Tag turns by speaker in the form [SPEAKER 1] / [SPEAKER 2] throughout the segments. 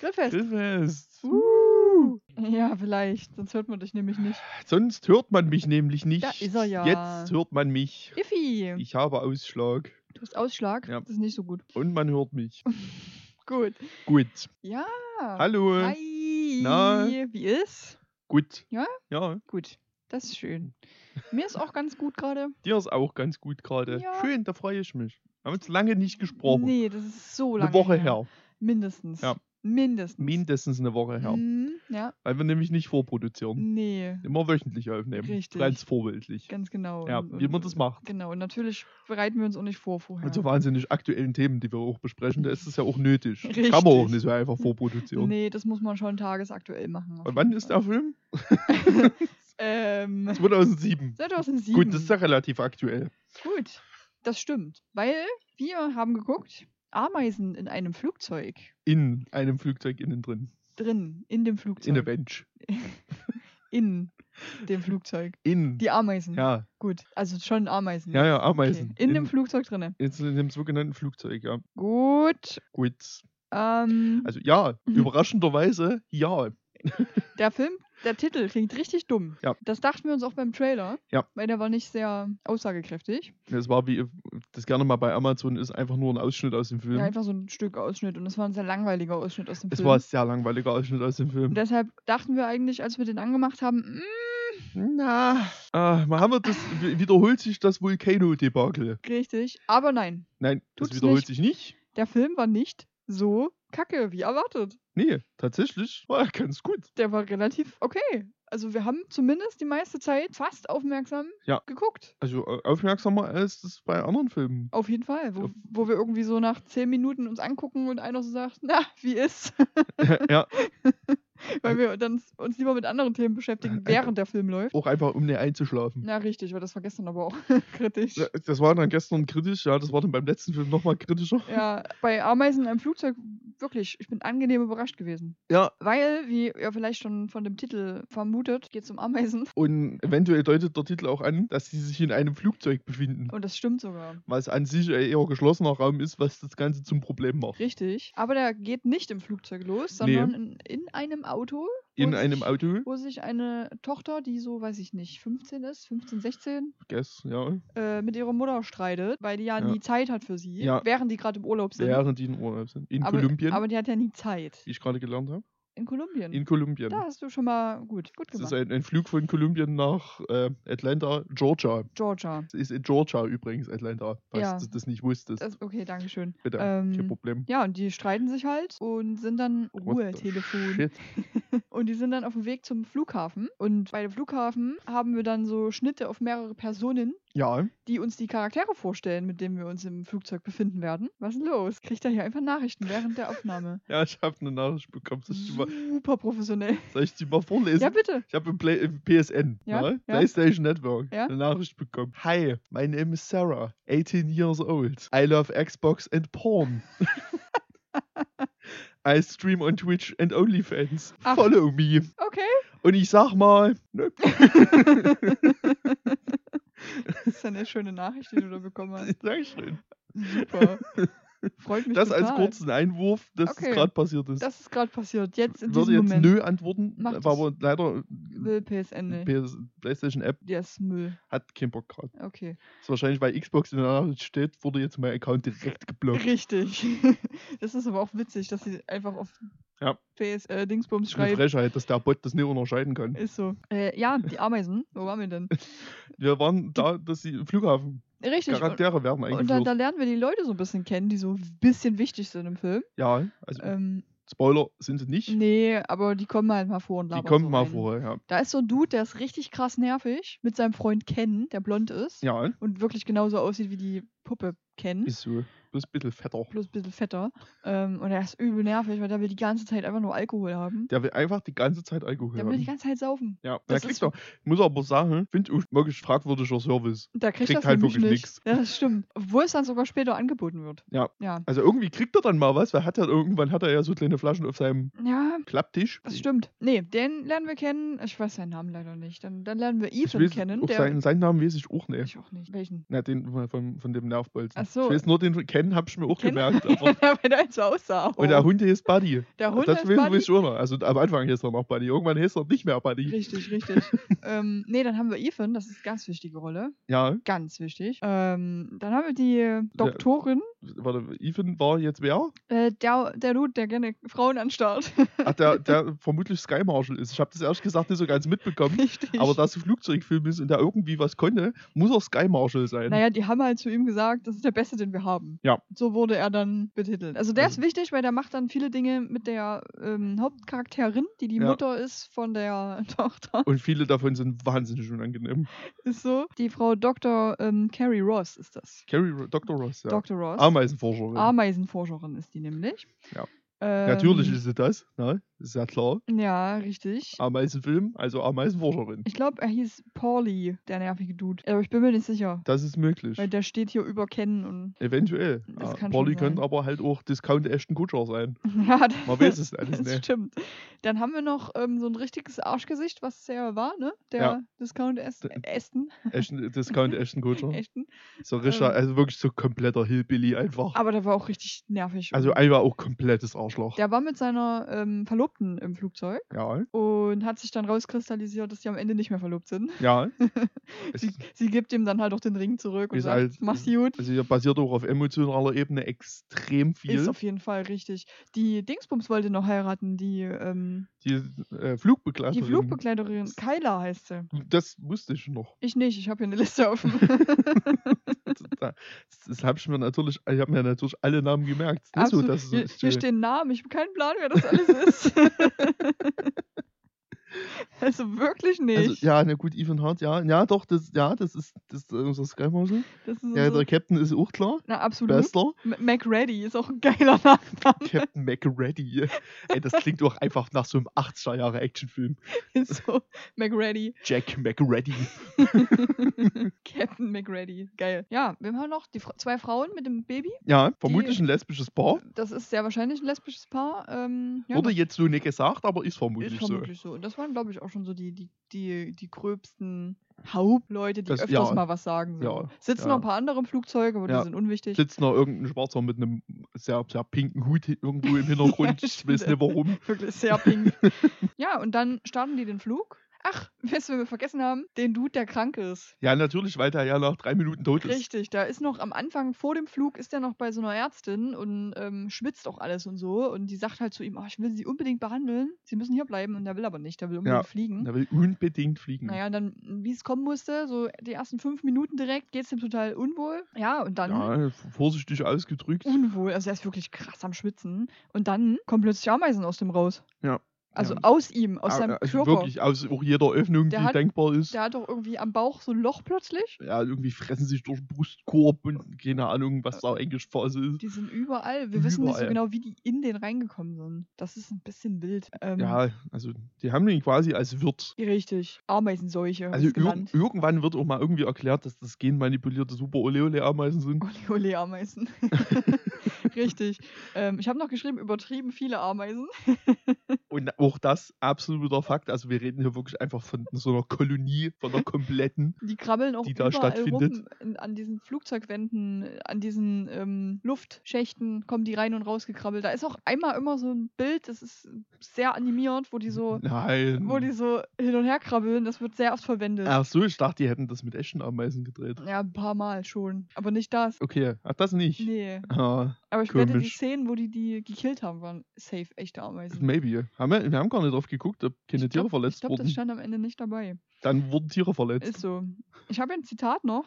[SPEAKER 1] Grillfest.
[SPEAKER 2] Grillfest.
[SPEAKER 1] Uh. Ja, vielleicht. Sonst hört man dich nämlich nicht.
[SPEAKER 2] Sonst hört man mich nämlich nicht.
[SPEAKER 1] Da ist er ja.
[SPEAKER 2] Jetzt hört man mich.
[SPEAKER 1] Iffy,
[SPEAKER 2] Ich habe Ausschlag.
[SPEAKER 1] du hast Ausschlag.
[SPEAKER 2] Ja.
[SPEAKER 1] Das ist nicht so gut.
[SPEAKER 2] Und man hört mich.
[SPEAKER 1] Gut.
[SPEAKER 2] Gut.
[SPEAKER 1] Ja.
[SPEAKER 2] Hallo.
[SPEAKER 1] Hi.
[SPEAKER 2] Na?
[SPEAKER 1] Wie ist?
[SPEAKER 2] Gut.
[SPEAKER 1] Ja?
[SPEAKER 2] Ja.
[SPEAKER 1] Gut. Das ist schön. Mir ist auch ganz gut gerade.
[SPEAKER 2] Dir ist auch ganz gut gerade.
[SPEAKER 1] Ja.
[SPEAKER 2] Schön, da freue ich mich. Wir haben uns lange nicht gesprochen.
[SPEAKER 1] Nee, das ist so lange.
[SPEAKER 2] eine Woche her.
[SPEAKER 1] Mindestens.
[SPEAKER 2] Ja.
[SPEAKER 1] Mindestens.
[SPEAKER 2] Mindestens eine Woche her.
[SPEAKER 1] Mhm, ja.
[SPEAKER 2] Weil wir nämlich nicht vorproduzieren.
[SPEAKER 1] Nee.
[SPEAKER 2] Immer wöchentlich aufnehmen.
[SPEAKER 1] Richtig.
[SPEAKER 2] Ganz vorbildlich.
[SPEAKER 1] Ganz genau.
[SPEAKER 2] Ja,
[SPEAKER 1] Und-
[SPEAKER 2] wie man das Also, macht.
[SPEAKER 1] Genau. Und natürlich bereiten wir uns auch nicht vor vorher.
[SPEAKER 2] Und so wahnsinnig aktuellen Themen, die wir auch besprechen, da ist es ja auch nötig.
[SPEAKER 1] Richtig.
[SPEAKER 2] Kann man auch nicht so einfach vorproduzieren.
[SPEAKER 1] Nee, das muss man schon tagesaktuell machen. auf
[SPEAKER 2] Und wann
[SPEAKER 1] jeden
[SPEAKER 2] ist
[SPEAKER 1] Fall.
[SPEAKER 2] der Film?
[SPEAKER 1] Ähm,
[SPEAKER 2] 2007.
[SPEAKER 1] 2007.
[SPEAKER 2] Gut, das ist ja relativ aktuell.
[SPEAKER 1] Gut, das stimmt. Weil wir haben geguckt, Ameisen in einem Flugzeug
[SPEAKER 2] In einem Flugzeug innen drin.
[SPEAKER 1] drin, in dem
[SPEAKER 2] In der
[SPEAKER 1] Flugzeug.
[SPEAKER 2] Bench.
[SPEAKER 1] In, dem Flugzeug.
[SPEAKER 2] In.
[SPEAKER 1] Die Ameisen.
[SPEAKER 2] Ja,
[SPEAKER 1] Gut, also schon Ameisen.
[SPEAKER 2] ja, ja,
[SPEAKER 1] Okay,
[SPEAKER 2] Ameisen.
[SPEAKER 1] In, dem Flugzeug drinne.
[SPEAKER 2] Jetzt in dem sogenannten Flugzeug, ja.
[SPEAKER 1] Gut.
[SPEAKER 2] Gut.
[SPEAKER 1] Ähm,
[SPEAKER 2] Also ja,
[SPEAKER 1] Mhm.
[SPEAKER 2] überraschenderweise ja.
[SPEAKER 1] der Film, der Titel klingt richtig dumm.
[SPEAKER 2] Ja.
[SPEAKER 1] Das dachten wir uns auch beim Trailer.
[SPEAKER 2] Ja.
[SPEAKER 1] Weil der war nicht sehr aussagekräftig.
[SPEAKER 2] Das war wie das gerne mal bei Amazon ist, einfach nur ein Ausschnitt aus dem Film.
[SPEAKER 1] Ja, einfach so ein Stück Ausschnitt. Und das war ein sehr langweiliger Ausschnitt aus dem
[SPEAKER 2] Mhm. es
[SPEAKER 1] Film.
[SPEAKER 2] war ein sehr langweiliger Ausschnitt aus dem Film.
[SPEAKER 1] Und deshalb dachten wir eigentlich, als wir den angemacht haben, hm,
[SPEAKER 2] Na. Ah, mal haben wir das, wi- wiederholt sich das Volcano-Debakel.
[SPEAKER 1] mm, richtig. Aber nein,
[SPEAKER 2] Nein,
[SPEAKER 1] Tut's
[SPEAKER 2] das wiederholt
[SPEAKER 1] nicht.
[SPEAKER 2] sich nicht.
[SPEAKER 1] der Film war nicht so kacke, wie erwartet.
[SPEAKER 2] Nee, tatsächlich war er ganz gut.
[SPEAKER 1] Der war relativ okay. Also wir haben zumindest die meiste Zeit fast aufmerksam
[SPEAKER 2] Ja.
[SPEAKER 1] geguckt.
[SPEAKER 2] Also äh, aufmerksamer als das bei anderen Filmen.
[SPEAKER 1] Auf jeden Fall. Wo,
[SPEAKER 2] Auf-
[SPEAKER 1] wo wir irgendwie so nach zehn Minuten uns angucken und einer so sagt, na, wie ist?
[SPEAKER 2] ja,
[SPEAKER 1] Weil wir dann s- uns lieber mit anderen Themen beschäftigen,
[SPEAKER 2] Äh,
[SPEAKER 1] während der Film läuft.
[SPEAKER 2] auch einfach um nicht einzuschlafen.
[SPEAKER 1] Na, richtig, weil das war gestern aber auch kritisch.
[SPEAKER 2] Ja, Das war dann gestern kritisch, ja, das war dann beim letzten Film nochmal kritischer.
[SPEAKER 1] Ja, bei Ameisen in einem Flugzeug, wirklich, ich bin angenehm überrascht gewesen.
[SPEAKER 2] Ja.
[SPEAKER 1] Weil, wie ihr vielleicht schon von dem Titel vermutet, geht es um Ameisen.
[SPEAKER 2] Und eventuell deutet der Titel auch an, dass sie sich in einem Flugzeug befinden.
[SPEAKER 1] Und das stimmt sogar.
[SPEAKER 2] Was an sich ein eher geschlossener Raum ist, was das Ganze zum Problem macht.
[SPEAKER 1] Richtig. Aber der geht nicht im Flugzeug los,
[SPEAKER 2] Nee.
[SPEAKER 1] sondern in, in einem Auto,
[SPEAKER 2] In
[SPEAKER 1] Und-
[SPEAKER 2] einem Auto,
[SPEAKER 1] wo sich eine Tochter, die so, weiß ich nicht, 15 ist, 15, 16,
[SPEAKER 2] guess, ja,
[SPEAKER 1] äh, mit ihrer Mutter streitet, weil die ja,
[SPEAKER 2] Ja.
[SPEAKER 1] nie Zeit hat für sie,
[SPEAKER 2] Ja.
[SPEAKER 1] während die gerade im Urlaub sind.
[SPEAKER 2] während die in Urlaub sind. In
[SPEAKER 1] aber,
[SPEAKER 2] Kolumbien,
[SPEAKER 1] aber die hat ja nie Zeit.
[SPEAKER 2] wie ich gerade gelernt habe.
[SPEAKER 1] In Kolumbien.
[SPEAKER 2] In Kolumbien.
[SPEAKER 1] da hast du schon mal gut, gut
[SPEAKER 2] Das ist
[SPEAKER 1] gemacht.
[SPEAKER 2] ein, ein Flug von Kolumbien nach äh, Atlanta, Georgia.
[SPEAKER 1] Georgia.
[SPEAKER 2] Das ist in Georgia übrigens, Atlanta, falls
[SPEAKER 1] Ja.
[SPEAKER 2] du das nicht wusstest.
[SPEAKER 1] Das, okay, danke schön.
[SPEAKER 2] Bitte, kein
[SPEAKER 1] ähm,
[SPEAKER 2] Problem.
[SPEAKER 1] Ja, und die streiten sich halt und sind dann
[SPEAKER 2] What the
[SPEAKER 1] Ruhe-Telefon.
[SPEAKER 2] shit?
[SPEAKER 1] Und die sind dann auf dem Weg zum Flughafen. Und bei dem Flughafen haben wir dann so Schnitte auf mehrere Personen,
[SPEAKER 2] Ja,
[SPEAKER 1] die uns die Charaktere vorstellen, mit denen wir uns im Flugzeug befinden werden. Was ist los? Kriegt er hier einfach Nachrichten während der Aufnahme?
[SPEAKER 2] ja, ich habe eine Nachricht bekommen. Soll ich die mal,
[SPEAKER 1] Super professionell.
[SPEAKER 2] soll ich die mal vorlesen?
[SPEAKER 1] Mhm. Ja, bitte.
[SPEAKER 2] Ich habe im, Play- im PSN,
[SPEAKER 1] Ja,
[SPEAKER 2] ne?
[SPEAKER 1] ja.
[SPEAKER 2] PlayStation Network,
[SPEAKER 1] Ja.
[SPEAKER 2] eine Nachricht bekommen. Hi, my name is Sarah, 18 years old. I love Xbox and porn. I stream on Twitch and OnlyFans.
[SPEAKER 1] Ach.
[SPEAKER 2] Follow me.
[SPEAKER 1] Okay.
[SPEAKER 2] Und ich sag mal, ne,
[SPEAKER 1] Das ist ja eine schöne Nachricht, die du da bekommen hast.
[SPEAKER 2] Dankeschön.
[SPEAKER 1] Super. Freut mich
[SPEAKER 2] Das
[SPEAKER 1] total.
[SPEAKER 2] als kurzen Einwurf, dass
[SPEAKER 1] Okay.
[SPEAKER 2] das gerade passiert ist.
[SPEAKER 1] Das ist gerade passiert. Jetzt in
[SPEAKER 2] würde
[SPEAKER 1] diesem
[SPEAKER 2] jetzt
[SPEAKER 1] Moment.
[SPEAKER 2] nö antworten,
[SPEAKER 1] Mach
[SPEAKER 2] war
[SPEAKER 1] das.
[SPEAKER 2] aber leider
[SPEAKER 1] Will PSN nicht.
[SPEAKER 2] PS, PlayStation App
[SPEAKER 1] Der ist Müll.
[SPEAKER 2] hat keinen Bock gerade.
[SPEAKER 1] Okay.
[SPEAKER 2] Ist wahrscheinlich, weil Xbox in der Nachricht steht, wurde jetzt mein Account direkt geblockt.
[SPEAKER 1] Richtig. Das ist aber auch witzig, dass sie einfach auf
[SPEAKER 2] Ja.
[SPEAKER 1] PS äh, Dingsbums
[SPEAKER 2] Eine
[SPEAKER 1] schreibt.
[SPEAKER 2] Frechheit, dass der Bot das nicht unterscheiden kann.
[SPEAKER 1] Ist so. Äh, ja, die Ameisen. Wo waren wir denn?
[SPEAKER 2] Wir waren da, dass sie im Flughafen
[SPEAKER 1] Richtig. und-
[SPEAKER 2] Charaktere werden
[SPEAKER 1] Und da, da
[SPEAKER 2] eingeführt.
[SPEAKER 1] lernen wir die Leute so ein bisschen kennen, die so ein bisschen wichtig sind im Film.
[SPEAKER 2] Ja, also
[SPEAKER 1] Ähm,
[SPEAKER 2] Spoiler sind sie nicht.
[SPEAKER 1] nee, aber die kommen halt mal vor und
[SPEAKER 2] die
[SPEAKER 1] labern
[SPEAKER 2] kommen
[SPEAKER 1] Hm, so
[SPEAKER 2] mal
[SPEAKER 1] rein.
[SPEAKER 2] vorher, ja.
[SPEAKER 1] Da ist so ein Dude, der ist richtig krass nervig mit seinem Freund Ken, der blond ist
[SPEAKER 2] Ja,
[SPEAKER 1] und wirklich genauso aussieht wie die Puppe Ken.
[SPEAKER 2] ist so. Bloß ein bisschen fetter.
[SPEAKER 1] bloß ein bisschen fetter. Ähm, und er ist übel nervig, weil der will die ganze Zeit einfach nur Alkohol haben.
[SPEAKER 2] Der will einfach die ganze Zeit Alkohol
[SPEAKER 1] Der will die
[SPEAKER 2] haben.
[SPEAKER 1] ganze Zeit saufen.
[SPEAKER 2] Ja, da
[SPEAKER 1] Das
[SPEAKER 2] kriegt
[SPEAKER 1] ist-
[SPEAKER 2] er. Muss aber sagen, finde ich wirklich fragwürdiger Service.
[SPEAKER 1] Da kriegt,
[SPEAKER 2] Kriegt
[SPEAKER 1] das
[SPEAKER 2] halt
[SPEAKER 1] nämlich
[SPEAKER 2] wirklich
[SPEAKER 1] nicht.
[SPEAKER 2] nix.
[SPEAKER 1] Ja, das stimmt. Obwohl es dann sogar später angeboten wird.
[SPEAKER 2] Ja.
[SPEAKER 1] Ja.
[SPEAKER 2] Also irgendwie kriegt er dann mal was, weil hat er irgendwann hat er ja so kleine Flaschen auf seinem
[SPEAKER 1] Ja,
[SPEAKER 2] Klapptisch.
[SPEAKER 1] das stimmt. Nee, den lernen wir kennen. Ich weiß seinen Namen leider nicht. Dann, dann lernen wir
[SPEAKER 2] Ich
[SPEAKER 1] Ethan
[SPEAKER 2] weiß,
[SPEAKER 1] kennen.
[SPEAKER 2] auch
[SPEAKER 1] Der,
[SPEAKER 2] seinen, seinen Namen weiß ich auch nicht.
[SPEAKER 1] ich auch nicht. Welchen?
[SPEAKER 2] Na, den von, von dem aufbolzen.
[SPEAKER 1] Ach so.
[SPEAKER 2] Ich weiß nur, den kennen, hab ich mir auch
[SPEAKER 1] Ken-
[SPEAKER 2] gemerkt. Aber,
[SPEAKER 1] Ja, wenn er so aussah. Oh,
[SPEAKER 2] und Oh. der Hund ist Buddy.
[SPEAKER 1] Der Hund
[SPEAKER 2] das
[SPEAKER 1] heißt
[SPEAKER 2] weiß,
[SPEAKER 1] Buddy.
[SPEAKER 2] weiß ich auch noch. Also am Anfang hieß er noch Buddy. Irgendwann hieß er nicht mehr Buddy.
[SPEAKER 1] Richtig, richtig. ähm, nee, dann haben wir Ethan, das ist eine ganz wichtige Rolle.
[SPEAKER 2] Ja,
[SPEAKER 1] Ganz wichtig. Ähm, dann haben wir die Doktorin,
[SPEAKER 2] warte, Ethan war jetzt wer?
[SPEAKER 1] äh, der, der Dude, der gerne Frauen anstarrt.
[SPEAKER 2] Ach, Ah, der, der vermutlich Sky Marshal ist. Ich habe das ehrlich gesagt nicht so ganz mitbekommen.
[SPEAKER 1] richtig.
[SPEAKER 2] Aber dass es ein Flugzeugfilm ist und der irgendwie was konnte, muss er Sky Marshal sein.
[SPEAKER 1] naja, die haben halt zu ihm gesagt, das ist der Beste, den wir haben.
[SPEAKER 2] Ja.
[SPEAKER 1] So wurde er dann betitelt. Also der
[SPEAKER 2] Also-
[SPEAKER 1] ist wichtig, weil der macht dann viele Dinge mit der ähm, Hauptcharakterin, die die
[SPEAKER 2] Ja.
[SPEAKER 1] Mutter ist von der Tochter.
[SPEAKER 2] Und viele davon sind wahnsinnig unangenehm.
[SPEAKER 1] Ist so. Die Frau Dr. Ähm, Carrie Ross ist das.
[SPEAKER 2] Carrie, Ro- Dr. Ross, ja.
[SPEAKER 1] Dr. Ross.
[SPEAKER 2] Ameisenforscherin.
[SPEAKER 1] Ameisenforscherin ist die nämlich.
[SPEAKER 2] Ja.
[SPEAKER 1] Ähm,
[SPEAKER 2] Natürlich ist Ah. sie das, ne? Ist ja klar.
[SPEAKER 1] Ja, richtig.
[SPEAKER 2] Ameisenfilm, also Ameisenforscherin.
[SPEAKER 1] Ich glaube, er hieß Pauli, der nervige Dude. Aber ich bin mir nicht sicher.
[SPEAKER 2] Das ist möglich.
[SPEAKER 1] Weil der steht hier über Kennen und.
[SPEAKER 2] Eventuell.
[SPEAKER 1] Das
[SPEAKER 2] Ja,
[SPEAKER 1] kann
[SPEAKER 2] Pauli
[SPEAKER 1] schon sein.
[SPEAKER 2] könnte aber halt auch Discount Ashton Kutscher sein.
[SPEAKER 1] Ja, das,
[SPEAKER 2] Man weiß es alles
[SPEAKER 1] das
[SPEAKER 2] nicht.
[SPEAKER 1] stimmt. Dann haben wir noch ähm, so ein richtiges Arschgesicht, was es ja war, ne? Der
[SPEAKER 2] Ja.
[SPEAKER 1] Discount Est-
[SPEAKER 2] D- oh.
[SPEAKER 1] Esten.
[SPEAKER 2] Ashton, Discount Ashton Kutscher.
[SPEAKER 1] Echten.
[SPEAKER 2] So richtiger,
[SPEAKER 1] Ähm.
[SPEAKER 2] also wirklich so kompletter Hillbilly einfach.
[SPEAKER 1] Aber der war auch richtig nervig.
[SPEAKER 2] Also
[SPEAKER 1] und-
[SPEAKER 2] einfach auch komplettes Arschloch.
[SPEAKER 1] der war mit seiner ähm, Verlobten im Flugzeug
[SPEAKER 2] Ja,
[SPEAKER 1] und hat sich dann rauskristallisiert, dass die am Ende nicht mehr verlobt sind.
[SPEAKER 2] ja. es,
[SPEAKER 1] Sie, sie gibt ihm dann halt auch den Ring zurück und
[SPEAKER 2] Ist
[SPEAKER 1] sagt,
[SPEAKER 2] halt-
[SPEAKER 1] mach's gut.
[SPEAKER 2] also hier basiert auch auf emotionaler Ebene extrem
[SPEAKER 1] Ist
[SPEAKER 2] viel.
[SPEAKER 1] auf jeden Fall richtig. Die Dingsbums wollte noch heiraten, die, ähm,
[SPEAKER 2] Die äh, Flugbegleiterin.
[SPEAKER 1] die Flugbegleiterin. Kyla heißt sie.
[SPEAKER 2] Das wusste ich noch.
[SPEAKER 1] Ich nicht, ich habe hier eine Liste offen.
[SPEAKER 2] Da- Das, das habe ich mir natürlich, ich habe mir natürlich alle Namen gemerkt. Ist Nicht so,
[SPEAKER 1] Absolut.
[SPEAKER 2] dass es-
[SPEAKER 1] hier, hier
[SPEAKER 2] ich-
[SPEAKER 1] stehen Namen, ich habe keinen Plan, wer das alles ist. also wirklich nicht.
[SPEAKER 2] also, ja, na gut, Ethan Hart, ja, ja, doch, das, ja, das ist, das ist unser Sky Marshal.
[SPEAKER 1] das ist
[SPEAKER 2] Ja,
[SPEAKER 1] so,
[SPEAKER 2] der Captain ist auch klar.
[SPEAKER 1] na, absolut.
[SPEAKER 2] Bester.
[SPEAKER 1] M- MacReady ist auch ein geiler Nachname.
[SPEAKER 2] Captain McReady. Ey, das klingt doch einfach nach so einem 80er Jahre Actionfilm.
[SPEAKER 1] so, MacReady.
[SPEAKER 2] Jack McReady.
[SPEAKER 1] Captain MacReady. Geil. Ja, wir haben noch die Fra zwei Frauen mit dem Baby.
[SPEAKER 2] Ja, vermutlich ein lesbisches Paar.
[SPEAKER 1] Das ist sehr wahrscheinlich ein lesbisches Paar. Ähm, ja,
[SPEAKER 2] Wurde
[SPEAKER 1] das
[SPEAKER 2] jetzt so nicht gesagt, aber ist vermutlich,
[SPEAKER 1] ist vermutlich so. Und das waren, glaube ich, auch schon so die, die, die, die gröbsten Hauptleute, die
[SPEAKER 2] Das-
[SPEAKER 1] öfters
[SPEAKER 2] ja.
[SPEAKER 1] mal was sagen. So.
[SPEAKER 2] Ja,
[SPEAKER 1] Sitzen
[SPEAKER 2] ja.
[SPEAKER 1] noch ein paar andere im Flugzeug, aber
[SPEAKER 2] Ja.
[SPEAKER 1] die sind
[SPEAKER 2] so.
[SPEAKER 1] unwichtig.
[SPEAKER 2] Sitzt noch irgendein Schwarzer mit einem sehr, sehr pinken Hut hi- irgendwo im Hintergrund. ich weiß
[SPEAKER 1] stimmt.
[SPEAKER 2] nicht warum.
[SPEAKER 1] Wirklich sehr pink. ja, und dann starten die den Flug. Ach, weißt du, wen wir vergessen haben? Den Dude, der krank ist.
[SPEAKER 2] Ja, natürlich, weil der ja nach drei Minuten tot ist.
[SPEAKER 1] Richtig, da ist noch am Anfang vor dem Flug ist er noch bei so einer Ärztin und ähm, schwitzt auch alles und so. Und die sagt halt zu ihm, "Ah, ich will sie unbedingt behandeln. Sie müssen hier bleiben und der will aber nicht, der will unbedingt fliegen.
[SPEAKER 2] Er will unbedingt fliegen.
[SPEAKER 1] Naja, und dann, wie es kommen musste, so die ersten fünf Minuten direkt, geht es ihm total unwohl. Ja, und dann
[SPEAKER 2] Ja, vorsichtig ausgedrückt.
[SPEAKER 1] unwohl. Also er ist wirklich krass am Schwitzen. Und dann kommen plötzlich Ameisen aus dem raus.
[SPEAKER 2] Ja.
[SPEAKER 1] Also
[SPEAKER 2] Ja.
[SPEAKER 1] aus ihm, aus
[SPEAKER 2] Ah,
[SPEAKER 1] seinem
[SPEAKER 2] also
[SPEAKER 1] Körper.
[SPEAKER 2] Wirklich aus auch jeder Öffnung,
[SPEAKER 1] Der
[SPEAKER 2] die
[SPEAKER 1] hat-
[SPEAKER 2] denkbar ist.
[SPEAKER 1] Der hat doch irgendwie am Bauch so ein Loch plötzlich.
[SPEAKER 2] ja, irgendwie fressen sich durch den Brustkorb und keine Ahnung, was da eigentlich Phase ist.
[SPEAKER 1] Die sind überall. Wir wissen nicht so
[SPEAKER 2] Überall.
[SPEAKER 1] genau, wie die in den reingekommen sind. Das ist ein bisschen wild. Ähm,
[SPEAKER 2] Ja, also die haben ihn quasi als Wirt.
[SPEAKER 1] Richtig. Ameisenseuche.
[SPEAKER 2] Also
[SPEAKER 1] Also
[SPEAKER 2] irg
[SPEAKER 1] genannt.
[SPEAKER 2] irgendwann wird auch mal irgendwie erklärt, dass das genmanipulierte super oleole ameisen sind.
[SPEAKER 1] Ole, ole Ameisen. Richtig. Ähm, ich habe noch geschrieben, übertrieben viele Ameisen.
[SPEAKER 2] Und auch das absoluter Fakt. Also wir reden hier wirklich einfach von so einer Kolonie, von einer kompletten.
[SPEAKER 1] Die krabbeln auch
[SPEAKER 2] Die da
[SPEAKER 1] überall rum
[SPEAKER 2] stattfindet.
[SPEAKER 1] in, an diesen Flugzeugwänden, an diesen ähm, Luftschächten kommen die rein und raus gekrabbelt. Da ist auch einmal immer so ein Bild, das ist sehr animiert, wo die so,
[SPEAKER 2] Nein.
[SPEAKER 1] wo die so hin und her krabbeln. Das wird sehr oft verwendet.
[SPEAKER 2] Ach so, ich dachte, die hätten das mit echten Ameisen gedreht.
[SPEAKER 1] Ja, ein paar Mal schon. Aber nicht das.
[SPEAKER 2] Okay, ach das nicht.
[SPEAKER 1] Nee.
[SPEAKER 2] Ah,
[SPEAKER 1] Aber ich wette, die
[SPEAKER 2] Komisch.
[SPEAKER 1] Szenen, wo die die gekillt haben, waren safe echte Ameisen.
[SPEAKER 2] Maybe. Haben wir, wir haben gar nicht drauf geguckt, ob keine
[SPEAKER 1] Ich
[SPEAKER 2] Tiere
[SPEAKER 1] glaub-
[SPEAKER 2] verletzt
[SPEAKER 1] Ich glaube, das
[SPEAKER 2] wurden.
[SPEAKER 1] stand am Ende nicht dabei.
[SPEAKER 2] Dann wurden Tiere verletzt.
[SPEAKER 1] Ist so. Ich habe ein Zitat noch.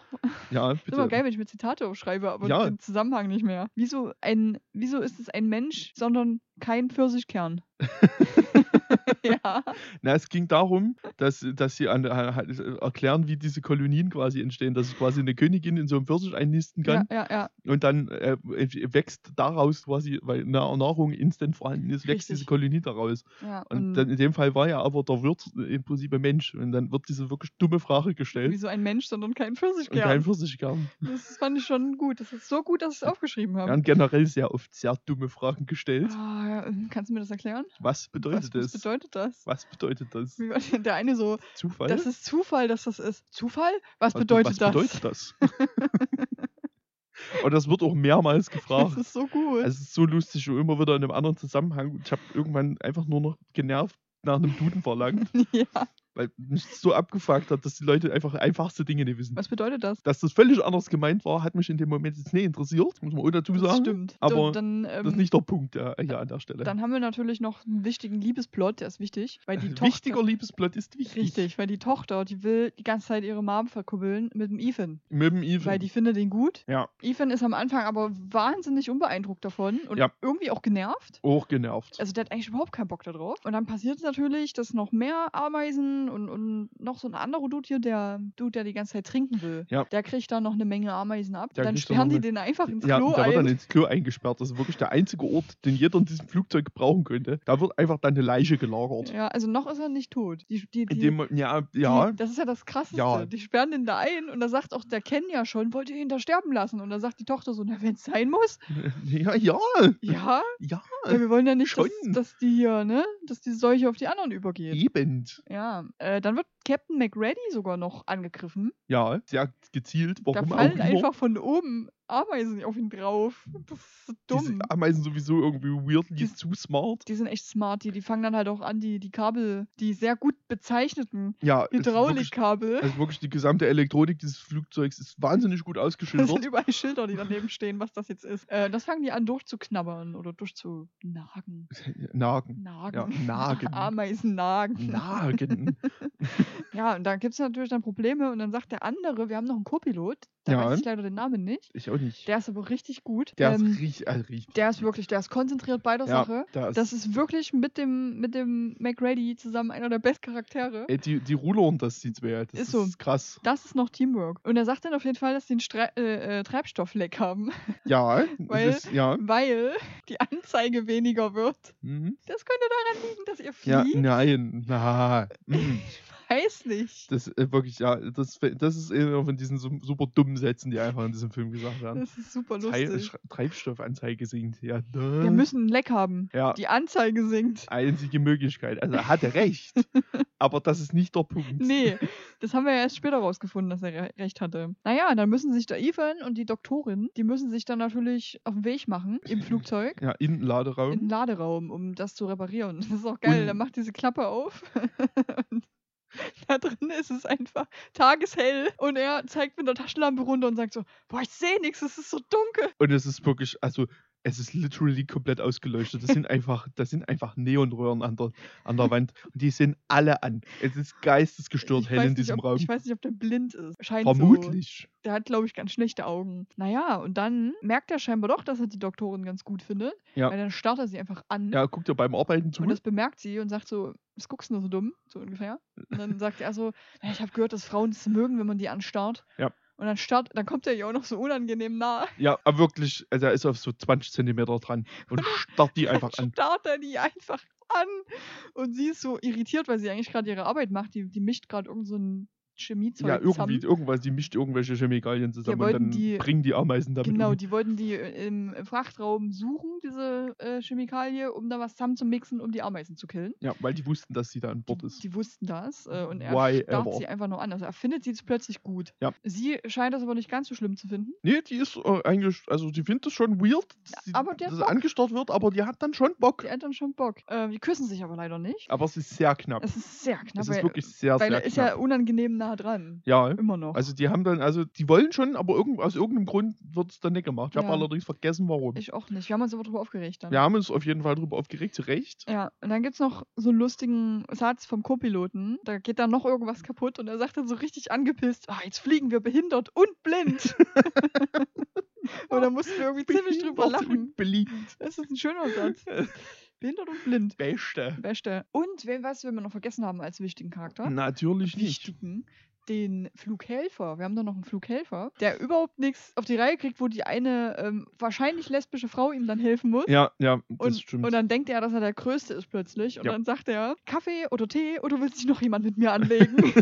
[SPEAKER 2] ja,
[SPEAKER 1] Ist immer
[SPEAKER 2] bitte.
[SPEAKER 1] geil, wenn ich mir Zitate aufschreibe, aber
[SPEAKER 2] Ja.
[SPEAKER 1] den Zusammenhang nicht mehr. Wieso, ein, wieso ist es ein Mensch, sondern kein Pfirsichkern? ja,
[SPEAKER 2] Na, es ging darum, dass, dass sie an, halt erklären, wie diese Kolonien quasi entstehen. Dass quasi eine Königin in so einem Pfirsich einnisten
[SPEAKER 1] ja,
[SPEAKER 2] kann
[SPEAKER 1] ja, ja.
[SPEAKER 2] und dann äh, wächst daraus quasi, weil Na- Nahrung instant vorhanden ist, wächst
[SPEAKER 1] Richtig.
[SPEAKER 2] diese Kolonie daraus.
[SPEAKER 1] ja.
[SPEAKER 2] Und
[SPEAKER 1] Und,
[SPEAKER 2] dann in dem Fall war ja aber der Wirt im Prinzip ein Mensch. Und dann wird diese wirklich dumme Frage gestellt.
[SPEAKER 1] wieso ein Mensch, sondern kein
[SPEAKER 2] Und kein
[SPEAKER 1] Pfirsichkern?
[SPEAKER 2] Pfirsichkern.
[SPEAKER 1] Das fand ich schon gut. Das ist so gut, dass ich es aufgeschrieben
[SPEAKER 2] Wir
[SPEAKER 1] habe.
[SPEAKER 2] haben generell sehr oft sehr dumme Fragen gestellt.
[SPEAKER 1] Ah, ja. Kannst du mir das erklären?
[SPEAKER 2] Was
[SPEAKER 1] Was,
[SPEAKER 2] bedeutet
[SPEAKER 1] was
[SPEAKER 2] das?
[SPEAKER 1] bedeutet das?
[SPEAKER 2] Was bedeutet das?
[SPEAKER 1] Wie war der eine so,
[SPEAKER 2] Zufall?
[SPEAKER 1] das ist Zufall, dass das ist. Zufall? Was
[SPEAKER 2] be-
[SPEAKER 1] bedeutet
[SPEAKER 2] was
[SPEAKER 1] das?
[SPEAKER 2] bedeutet das? Und das wird auch mehrmals gefragt. Also,
[SPEAKER 1] Das ist so gut.
[SPEAKER 2] Es ist so lustig und immer wieder in einem anderen Zusammenhang. Ich habe irgendwann einfach nur noch genervt nach einem Duden verlangt,
[SPEAKER 1] ja.
[SPEAKER 2] weil mich das so abgefuckt hat, dass die Leute einfach einfachste Dinge nicht wissen.
[SPEAKER 1] Was bedeutet das?
[SPEAKER 2] Dass das völlig anders gemeint war, hat mich in dem Moment jetzt nicht interessiert, muss man auch dazu
[SPEAKER 1] Das
[SPEAKER 2] sagen.
[SPEAKER 1] stimmt.
[SPEAKER 2] aber
[SPEAKER 1] dann, ähm,
[SPEAKER 2] Das ist nicht der Punkt ja, hier an der Stelle.
[SPEAKER 1] dann haben wir natürlich noch einen wichtigen Liebesplot, der ist wichtig, weil die
[SPEAKER 2] Ein
[SPEAKER 1] Tochter.
[SPEAKER 2] Also, Wichtiger Liebesplot ist wichtig.
[SPEAKER 1] Richtig, weil die Tochter, die will die ganze Zeit ihre Mom verkuppeln mit dem Ethan,
[SPEAKER 2] Mit dem Ethan.
[SPEAKER 1] weil die findet ihn gut.
[SPEAKER 2] ja,
[SPEAKER 1] Ethan ist am Anfang aber wahnsinnig unbeeindruckt davon und
[SPEAKER 2] Ja.
[SPEAKER 1] irgendwie auch genervt.
[SPEAKER 2] auch genervt.
[SPEAKER 1] Also der hat eigentlich überhaupt keinen Bock darauf. Und dann passiert natürlich, dass noch mehr Ameisen und, und noch so ein anderer Dude hier, der Dude, der die ganze Zeit trinken will,
[SPEAKER 2] Ja.
[SPEAKER 1] der kriegt dann noch eine Menge Ameisen ab.
[SPEAKER 2] Der
[SPEAKER 1] dann
[SPEAKER 2] kriegt dann
[SPEAKER 1] sperren
[SPEAKER 2] noch
[SPEAKER 1] die
[SPEAKER 2] eine-
[SPEAKER 1] den einfach ins
[SPEAKER 2] ja,
[SPEAKER 1] Klo
[SPEAKER 2] und der wird dann
[SPEAKER 1] ein.
[SPEAKER 2] ins Klo eingesperrt. Das ist wirklich der einzige Ort, den jeder in diesem Flugzeug gebrauchen könnte. Da wird einfach dann eine Leiche gelagert.
[SPEAKER 1] Ja, also noch ist er nicht tot. Die, die,
[SPEAKER 2] In
[SPEAKER 1] die,
[SPEAKER 2] dem, ja, ja.
[SPEAKER 1] Die, das ist ja das Krasseste.
[SPEAKER 2] Ja.
[SPEAKER 1] Die sperren den da ein und da sagt auch der Ken ja schon, wollt ihr ihn da sterben lassen? Und da sagt die Tochter so, na, wenn es sein muss,
[SPEAKER 2] ja, ja,
[SPEAKER 1] ja,
[SPEAKER 2] ja,
[SPEAKER 1] weil wir wollen ja nicht, dass,
[SPEAKER 2] schon.
[SPEAKER 1] dass die hier, ne, dass die Seuche auf die anderen übergeht.
[SPEAKER 2] eben.
[SPEAKER 1] Ja, äh, dann wird Captain McReady sogar noch angegriffen.
[SPEAKER 2] Ja, sehr gezielt. Warum
[SPEAKER 1] da
[SPEAKER 2] auch
[SPEAKER 1] fallen
[SPEAKER 2] immer.
[SPEAKER 1] einfach von oben Ameisen auf ihn drauf. Das ist so
[SPEAKER 2] Diese
[SPEAKER 1] dumm.
[SPEAKER 2] Ameisen sowieso irgendwie weirdly zu smart.
[SPEAKER 1] Die sind echt smart, die, die fangen dann halt auch an, die, die Kabel, die sehr gut bezeichneten
[SPEAKER 2] Ja, es ist wirklich-
[SPEAKER 1] Hydraulikkabel.
[SPEAKER 2] Also wirklich die gesamte Elektronik dieses Flugzeugs ist wahnsinnig gut
[SPEAKER 1] Da sind
[SPEAKER 2] ausgeschildert.
[SPEAKER 1] überall Schilder, die daneben stehen, was das jetzt ist. Äh, das fangen die an durchzuknabbern oder durchzunagen.
[SPEAKER 2] Nagen. Ja,
[SPEAKER 1] Nagen.
[SPEAKER 2] nagen.
[SPEAKER 1] Ameisen nagen.
[SPEAKER 2] Nagen.
[SPEAKER 1] Ja, und da gibt es natürlich dann Probleme und dann sagt der andere, wir haben noch einen Co-Pilot, da
[SPEAKER 2] Ja.
[SPEAKER 1] weiß ich leider den Namen nicht.
[SPEAKER 2] Ich auch nicht.
[SPEAKER 1] Der ist aber richtig gut.
[SPEAKER 2] Der
[SPEAKER 1] Ähm,
[SPEAKER 2] ist richtig, äh, richtig.
[SPEAKER 1] der ist wirklich, der ist konzentriert bei der
[SPEAKER 2] ja,
[SPEAKER 1] Sache.
[SPEAKER 2] der ist,
[SPEAKER 1] Das ist wirklich mit dem, mit dem McReady zusammen einer der besten Charaktere.
[SPEAKER 2] ey, die, die rudern das, die zwei. Das
[SPEAKER 1] Ist
[SPEAKER 2] ist,
[SPEAKER 1] so.
[SPEAKER 2] krass.
[SPEAKER 1] Das ist noch Teamwork. Und er sagt dann auf jeden Fall, dass sie einen Stre äh, äh, Treibstoffleck haben,
[SPEAKER 2] Ja,
[SPEAKER 1] Weil-
[SPEAKER 2] es ist, ja.
[SPEAKER 1] weil die Anzeige weniger wird.
[SPEAKER 2] Mhm.
[SPEAKER 1] Das könnte daran liegen, dass ihr
[SPEAKER 2] Ja,
[SPEAKER 1] fliegt.
[SPEAKER 2] nein, na, mhm.
[SPEAKER 1] Weiß nicht.
[SPEAKER 2] das äh, wirklich, ja, das, das ist einer von diesen su- super dummen Sätzen, die einfach in diesem Film gesagt werden.
[SPEAKER 1] Das ist super
[SPEAKER 2] Trei-
[SPEAKER 1] lustig.
[SPEAKER 2] Schre- Treibstoffanzeige sinkt, ja. da.
[SPEAKER 1] Wir müssen ein Leck haben.
[SPEAKER 2] ja,
[SPEAKER 1] Die Anzeige sinkt.
[SPEAKER 2] einzige Möglichkeit. Also er hatte recht, aber das ist nicht der Punkt.
[SPEAKER 1] Nee, das haben wir ja erst später rausgefunden, dass er re- recht hatte. Naja, dann müssen sich der Ethan und die Doktorin, die müssen sich dann natürlich auf den Weg machen im Flugzeug.
[SPEAKER 2] Ja, Innenladeraum.
[SPEAKER 1] In den Laderaum, um das zu reparieren. Das ist auch geil.
[SPEAKER 2] Und-
[SPEAKER 1] Dann macht diese Klappe auf. und da drin ist es einfach tageshell. Und er zeigt mit der Taschenlampe runter und sagt so: Boah, ich sehe nichts, es ist so dunkel.
[SPEAKER 2] Und es ist wirklich, also es ist literally komplett ausgeleuchtet. Das sind einfach, das sind einfach Neonröhren an der, an der Wand. Und die sind alle an. Es ist geistesgestört
[SPEAKER 1] Ich
[SPEAKER 2] hell
[SPEAKER 1] weiß
[SPEAKER 2] in
[SPEAKER 1] nicht,
[SPEAKER 2] diesem
[SPEAKER 1] ob,
[SPEAKER 2] Raum.
[SPEAKER 1] Ich weiß nicht, ob der blind ist. Scheint so.
[SPEAKER 2] Vermutlich.
[SPEAKER 1] Der hat, glaube ich, ganz schlechte Augen. Naja, und dann merkt er scheinbar doch, dass er die Doktorin ganz gut findet.
[SPEAKER 2] Ja.
[SPEAKER 1] Weil dann starrt er sie einfach an.
[SPEAKER 2] Ja, guck dir beim Arbeiten zu.
[SPEAKER 1] Hm? Und das bemerkt sie und sagt so, was guckst du nur so dumm? So ungefähr. Und dann sagt er so, "Na, ich habe gehört, dass Frauen es mögen, wenn man die anstarrt.
[SPEAKER 2] Ja.
[SPEAKER 1] Und dann starrt, dann kommt er ihr auch noch so unangenehm nah.
[SPEAKER 2] Ja, aber wirklich, also er ist auf so 20 Zentimeter dran und starrt die einfach an.
[SPEAKER 1] Starrt er die einfach an. Und sie ist so irritiert, weil sie eigentlich gerade ihre Arbeit macht. Die, die mischt gerade irgend so ein Chemiezeug
[SPEAKER 2] Ja, irgendwie,
[SPEAKER 1] zusammen.
[SPEAKER 2] irgendwas, die mischt irgendwelche Chemikalien zusammen und
[SPEAKER 1] wollten
[SPEAKER 2] dann
[SPEAKER 1] die-
[SPEAKER 2] bringen die Ameisen damit
[SPEAKER 1] Genau,
[SPEAKER 2] um.
[SPEAKER 1] die wollten die äh, im, im Frachtraum suchen, diese äh, Chemikalie, um da was zusammen zu mixen, um die Ameisen zu killen.
[SPEAKER 2] Ja, weil die wussten, dass sie da an Bord
[SPEAKER 1] Die,
[SPEAKER 2] ist.
[SPEAKER 1] die wussten das äh, und er
[SPEAKER 2] Why
[SPEAKER 1] starrt
[SPEAKER 2] ever.
[SPEAKER 1] sie einfach nur an. Also er findet sie jetzt plötzlich gut.
[SPEAKER 2] Ja.
[SPEAKER 1] Sie scheint das aber nicht ganz so schlimm zu finden.
[SPEAKER 2] Nee, die ist äh, eigentlich, also die findet es schon weird, dass sie,
[SPEAKER 1] aber die hat
[SPEAKER 2] dass sie
[SPEAKER 1] Bock.
[SPEAKER 2] angestarrt wird, aber die hat dann schon Bock.
[SPEAKER 1] Die Eltern schon Bock. Äh, die küssen sich aber leider nicht.
[SPEAKER 2] Aber es ist sehr knapp.
[SPEAKER 1] Es ist sehr knapp.
[SPEAKER 2] Es ist
[SPEAKER 1] weil-
[SPEAKER 2] wirklich sehr,
[SPEAKER 1] weil
[SPEAKER 2] sehr
[SPEAKER 1] er ist ja Oh.
[SPEAKER 2] knapp.
[SPEAKER 1] unangenehm nah dran.
[SPEAKER 2] Ja,
[SPEAKER 1] Immer noch.
[SPEAKER 2] also die haben dann, also die wollen schon, aber irgend, aus irgendeinem Grund wird es dann nicht gemacht. Ich
[SPEAKER 1] Ja.
[SPEAKER 2] habe allerdings vergessen, warum.
[SPEAKER 1] ich auch nicht. Wir haben uns aber drüber aufgeregt dann.
[SPEAKER 2] Wir haben uns auf jeden Fall darüber aufgeregt, zu Recht.
[SPEAKER 1] Ja, und dann gibt es noch so einen lustigen Satz vom Co-Piloten. Da geht dann noch irgendwas kaputt und er sagt dann so richtig angepisst: Ah, jetzt fliegen wir behindert und blind. und da mussten wir irgendwie ziemlich drüber
[SPEAKER 2] Behindert
[SPEAKER 1] lachen.
[SPEAKER 2] und Beliebt.
[SPEAKER 1] Das ist ein schöner Satz. behindert und blind.
[SPEAKER 2] Beste.
[SPEAKER 1] Beste. Und wen was wir immer noch vergessen haben als wichtigen Charakter?
[SPEAKER 2] Natürlich Hm, nicht.
[SPEAKER 1] wichtigen, den Flughelfer. Wir haben da noch einen Flughelfer, der überhaupt nichts auf die Reihe kriegt, wo die eine ähm, wahrscheinlich lesbische Frau ihm dann helfen muss.
[SPEAKER 2] Ja, ja, das
[SPEAKER 1] und,
[SPEAKER 2] stimmt.
[SPEAKER 1] und dann denkt er, dass er der Größte ist plötzlich. Und
[SPEAKER 2] Ja.
[SPEAKER 1] dann sagt er, Kaffee oder Tee oder willst dich noch jemand mit mir anlegen?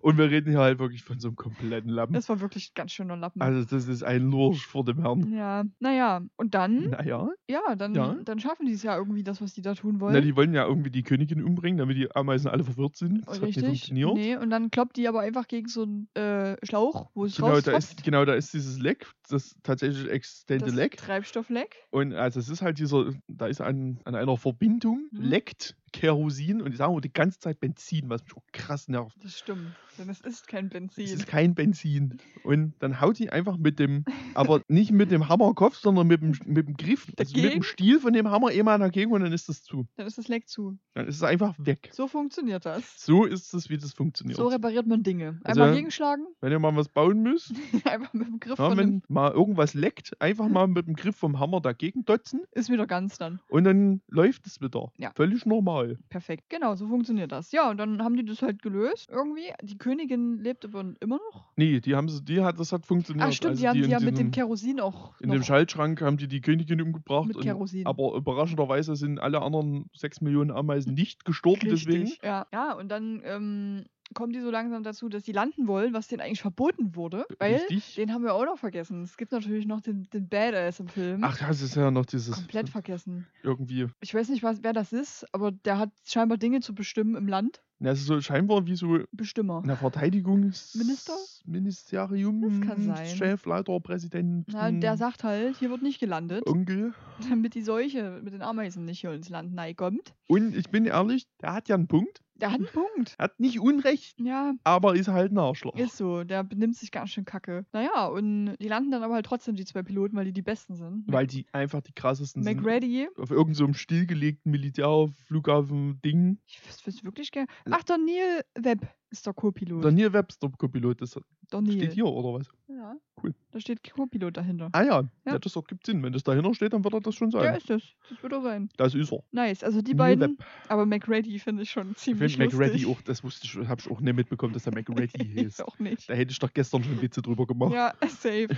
[SPEAKER 2] Und wir reden hier halt wirklich von so einem kompletten Lappen.
[SPEAKER 1] Das war wirklich ein ganz schöner Lappen.
[SPEAKER 2] Also das ist ein Lurch vor dem Herrn.
[SPEAKER 1] ja, naja. Und dann,
[SPEAKER 2] Naja.
[SPEAKER 1] ja, dann,
[SPEAKER 2] Ja.
[SPEAKER 1] dann schaffen die es ja irgendwie das, was die da tun
[SPEAKER 2] Na,
[SPEAKER 1] wollen.
[SPEAKER 2] die wollen ja irgendwie die Königin umbringen, damit die Ameisen alle verwirrt sind. Das hat nicht
[SPEAKER 1] Richtig.
[SPEAKER 2] funktioniert.
[SPEAKER 1] Nee, und dann kloppt die aber einfach gegen so einen äh, Schlauch, wo es
[SPEAKER 2] Genau da, ist,
[SPEAKER 1] raustropft.
[SPEAKER 2] genau, da ist dieses Leck, das tatsächlich existente
[SPEAKER 1] das
[SPEAKER 2] Leck.
[SPEAKER 1] Treibstoffleck.
[SPEAKER 2] Und also es ist halt dieser, da ist an, an einer Verbindung,
[SPEAKER 1] Mhm.
[SPEAKER 2] leckt Kerosin und die sagen auch die ganze Zeit Benzin, was mich auch krass nervt.
[SPEAKER 1] Das stimmt, denn es ist kein
[SPEAKER 2] Es
[SPEAKER 1] Benzin.
[SPEAKER 2] ist kein Benzin. Und dann haut die einfach mit dem, aber nicht mit dem Hammerkopf, sondern mit dem, mit dem Griff, also mit
[SPEAKER 1] Dagegen?
[SPEAKER 2] dem Stiel von dem Hammer immer dagegen und dann ist das zu.
[SPEAKER 1] Dann ist das Leck zu.
[SPEAKER 2] Dann ist es einfach weg.
[SPEAKER 1] So funktioniert das.
[SPEAKER 2] So ist es, wie das funktioniert.
[SPEAKER 1] So repariert man Dinge.
[SPEAKER 2] Also-
[SPEAKER 1] Einmal gegenschlagen,
[SPEAKER 2] Wenn ihr mal was bauen müsst,
[SPEAKER 1] einfach mit dem Griff
[SPEAKER 2] ja,
[SPEAKER 1] von dem.
[SPEAKER 2] wenn mal irgendwas leckt, einfach mal mit dem Griff vom Hammer dagegen dotzen
[SPEAKER 1] Ist wieder ganz dann.
[SPEAKER 2] und dann läuft es wieder.
[SPEAKER 1] Ja.
[SPEAKER 2] Völlig normal.
[SPEAKER 1] Perfekt. Genau, so funktioniert das. Ja, und dann haben die das halt gelöst irgendwie. Die Königin lebt aber immer noch.
[SPEAKER 2] Nee, die haben sie, die hat, das hat funktioniert.
[SPEAKER 1] Ach stimmt,
[SPEAKER 2] Also
[SPEAKER 1] die haben die
[SPEAKER 2] in
[SPEAKER 1] ja mit dem
[SPEAKER 2] diesem-
[SPEAKER 1] Kerosin auch
[SPEAKER 2] In
[SPEAKER 1] noch
[SPEAKER 2] dem Schaltschrank haben die die Königin umgebracht.
[SPEAKER 1] mit
[SPEAKER 2] und,
[SPEAKER 1] Kerosin.
[SPEAKER 2] aber überraschenderweise sind alle anderen 6 Millionen Ameisen nicht gestorben deswegen.
[SPEAKER 1] Richtig, ja. ja, und dann ähm, kommen die so langsam dazu, dass die landen wollen, was denen eigentlich verboten wurde. Weil
[SPEAKER 2] Richtig.
[SPEAKER 1] den haben wir auch noch vergessen. Es gibt natürlich noch den, den Badass im Film.
[SPEAKER 2] Ach, das ist ja noch dieses
[SPEAKER 1] Komplett vergessen.
[SPEAKER 2] irgendwie.
[SPEAKER 1] Ich weiß nicht, was, wer das ist, aber der hat scheinbar Dinge zu bestimmen im Land.
[SPEAKER 2] Na, es ist so scheinbar wie so
[SPEAKER 1] Bestimmer.
[SPEAKER 2] ein Verteidigungsminister?
[SPEAKER 1] Minister?
[SPEAKER 2] Ministerium,
[SPEAKER 1] Das kann sein.
[SPEAKER 2] Chef, Leiter, Präsident,
[SPEAKER 1] Na, der sagt halt, hier wird nicht gelandet,
[SPEAKER 2] Onkel.
[SPEAKER 1] damit die Seuche mit den Ameisen nicht hier ins Land kommt.
[SPEAKER 2] Und ich bin ehrlich, der hat ja einen Punkt.
[SPEAKER 1] Der hat einen
[SPEAKER 2] Hm.
[SPEAKER 1] Punkt.
[SPEAKER 2] Hat nicht Unrecht,
[SPEAKER 1] Ja,
[SPEAKER 2] aber ist halt ein Arschloch.
[SPEAKER 1] ist so. Der benimmt sich ganz schön kacke. Naja, und die landen dann aber halt trotzdem die zwei Piloten, weil die die Besten sind.
[SPEAKER 2] Weil die einfach die krassesten sind.
[SPEAKER 1] McReady,
[SPEAKER 2] Auf irgendeinem so einem stillgelegten Militärflughafen-Ding.
[SPEAKER 1] ich wüsste wirklich gern. Ach, der Neil Webb ist der Co-Pilot.
[SPEAKER 2] Daniel Webster, Co-Pilot, das
[SPEAKER 1] Der
[SPEAKER 2] steht
[SPEAKER 1] Neil.
[SPEAKER 2] hier, oder was?
[SPEAKER 1] Ja.
[SPEAKER 2] Cool.
[SPEAKER 1] Da steht Co-Pilot dahinter.
[SPEAKER 2] Ah ja,
[SPEAKER 1] Ja.
[SPEAKER 2] Ja, das ergibt Sinn. Wenn das dahinter steht, dann wird er das schon sein.
[SPEAKER 1] Der ist das. Das wird er sein.
[SPEAKER 2] das ist er.
[SPEAKER 1] Nice. Also die
[SPEAKER 2] Neil
[SPEAKER 1] beiden.
[SPEAKER 2] Webb.
[SPEAKER 1] Aber McReady finde ich schon
[SPEAKER 2] Ich
[SPEAKER 1] ziemlich
[SPEAKER 2] finde McReady
[SPEAKER 1] lustig.
[SPEAKER 2] auch, das wusste ich, habe ich auch nicht mitbekommen, dass der McReady
[SPEAKER 1] ich
[SPEAKER 2] hieß.
[SPEAKER 1] auch nicht.
[SPEAKER 2] Da hätte ich doch gestern schon Witze drüber gemacht.
[SPEAKER 1] Ja, safe.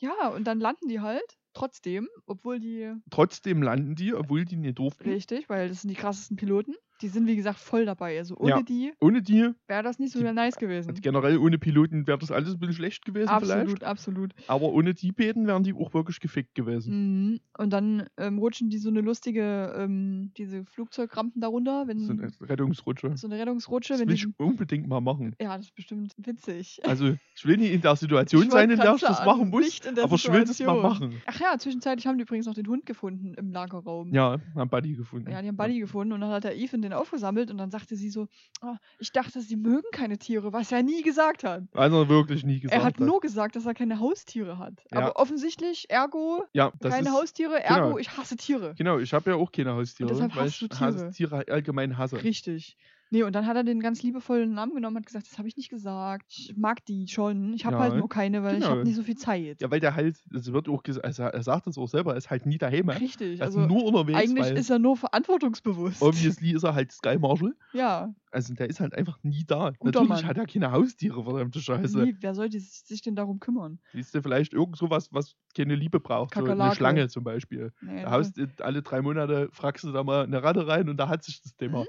[SPEAKER 1] ja, und dann landen die halt trotzdem, obwohl die
[SPEAKER 2] Mhm. Trotzdem landen die, obwohl die nicht durften.
[SPEAKER 1] richtig, weil das sind die krassesten Piloten. Die sind wie gesagt voll dabei. Also ohne
[SPEAKER 2] Ja.
[SPEAKER 1] die
[SPEAKER 2] Ohne die,
[SPEAKER 1] wäre das nicht so
[SPEAKER 2] Die-
[SPEAKER 1] nice gewesen.
[SPEAKER 2] und generell ohne Piloten, wäre das alles ein bisschen schlecht gewesen vielleicht.
[SPEAKER 1] Absolut, absolut.
[SPEAKER 2] Aber ohne die beiden wären die auch wirklich gefickt gewesen.
[SPEAKER 1] Mhm. Und dann ähm, rutschen die so eine lustige, ähm, diese Flugzeugrampen darunter, wenn
[SPEAKER 2] Das sind jetzt Rettungsrutsche.
[SPEAKER 1] so eine Rettungsrutsche,
[SPEAKER 2] Das
[SPEAKER 1] wenn
[SPEAKER 2] will ich
[SPEAKER 1] die.
[SPEAKER 2] unbedingt mal machen.
[SPEAKER 1] Ja, das ist bestimmt witzig.
[SPEAKER 2] Also, ich will nicht in der Situation
[SPEAKER 1] Ich wollt
[SPEAKER 2] sein, in
[SPEAKER 1] grad
[SPEAKER 2] der ich das
[SPEAKER 1] sagen,
[SPEAKER 2] machen muss,
[SPEAKER 1] nicht in der
[SPEAKER 2] aber ich will das mal
[SPEAKER 1] Situation.
[SPEAKER 2] machen.
[SPEAKER 1] Ach ja, zwischenzeitlich haben die übrigens noch den Hund gefunden im Lagerraum.
[SPEAKER 2] Ja, haben Buddy gefunden.
[SPEAKER 1] Ja, die haben Buddy gefunden und dann hat der Ethan den aufgesammelt und dann sagte sie so, "Ah, ich dachte, sie mögen keine Tiere, was er nie gesagt hat.
[SPEAKER 2] Also wirklich nie gesagt.
[SPEAKER 1] er hat nur gesagt, dass er keine Haustiere hat.
[SPEAKER 2] Ja.
[SPEAKER 1] Aber offensichtlich, ergo,
[SPEAKER 2] ja, das
[SPEAKER 1] keine
[SPEAKER 2] ist,
[SPEAKER 1] Haustiere, ergo,
[SPEAKER 2] genau.
[SPEAKER 1] ich hasse Tiere.
[SPEAKER 2] Genau, ich habe ja auch keine Haustiere,
[SPEAKER 1] Und deshalb
[SPEAKER 2] weil
[SPEAKER 1] hasst
[SPEAKER 2] ich
[SPEAKER 1] du Tiere.
[SPEAKER 2] Tiere allgemein hasse.
[SPEAKER 1] Richtig. Nee, und dann hat er den ganz liebevollen Namen genommen und hat gesagt, das habe ich nicht gesagt. Ich mag die schon. Ich habe
[SPEAKER 2] Ja,
[SPEAKER 1] halt nur keine, weil ich
[SPEAKER 2] genau.
[SPEAKER 1] habe nicht so viel Zeit.
[SPEAKER 2] Ja, weil der halt, es wird auch gesagt, also er sagt das auch selber, er ist halt nie daheim. Er
[SPEAKER 1] Richtig.
[SPEAKER 2] ist
[SPEAKER 1] Also
[SPEAKER 2] nur unterwegs,
[SPEAKER 1] eigentlich
[SPEAKER 2] weil
[SPEAKER 1] ist er nur verantwortungsbewusst.
[SPEAKER 2] obviously ist er halt Sky Marshal.
[SPEAKER 1] Ja.
[SPEAKER 2] Also der ist halt einfach nie da.
[SPEAKER 1] Guter
[SPEAKER 2] Natürlich
[SPEAKER 1] Mann.
[SPEAKER 2] hat er keine Haustiere, verdammte Scheiße.
[SPEAKER 1] Nee, wer sollte sich sich denn darum kümmern?
[SPEAKER 2] Siehst du vielleicht irgend sowas, was keine Liebe braucht? So eine
[SPEAKER 1] Kakerlake.
[SPEAKER 2] Schlange zum Beispiel.
[SPEAKER 1] Nee,
[SPEAKER 2] Da haust du alle drei Monate, fragst du da mal eine Ratte rein und da hat sich das Thema.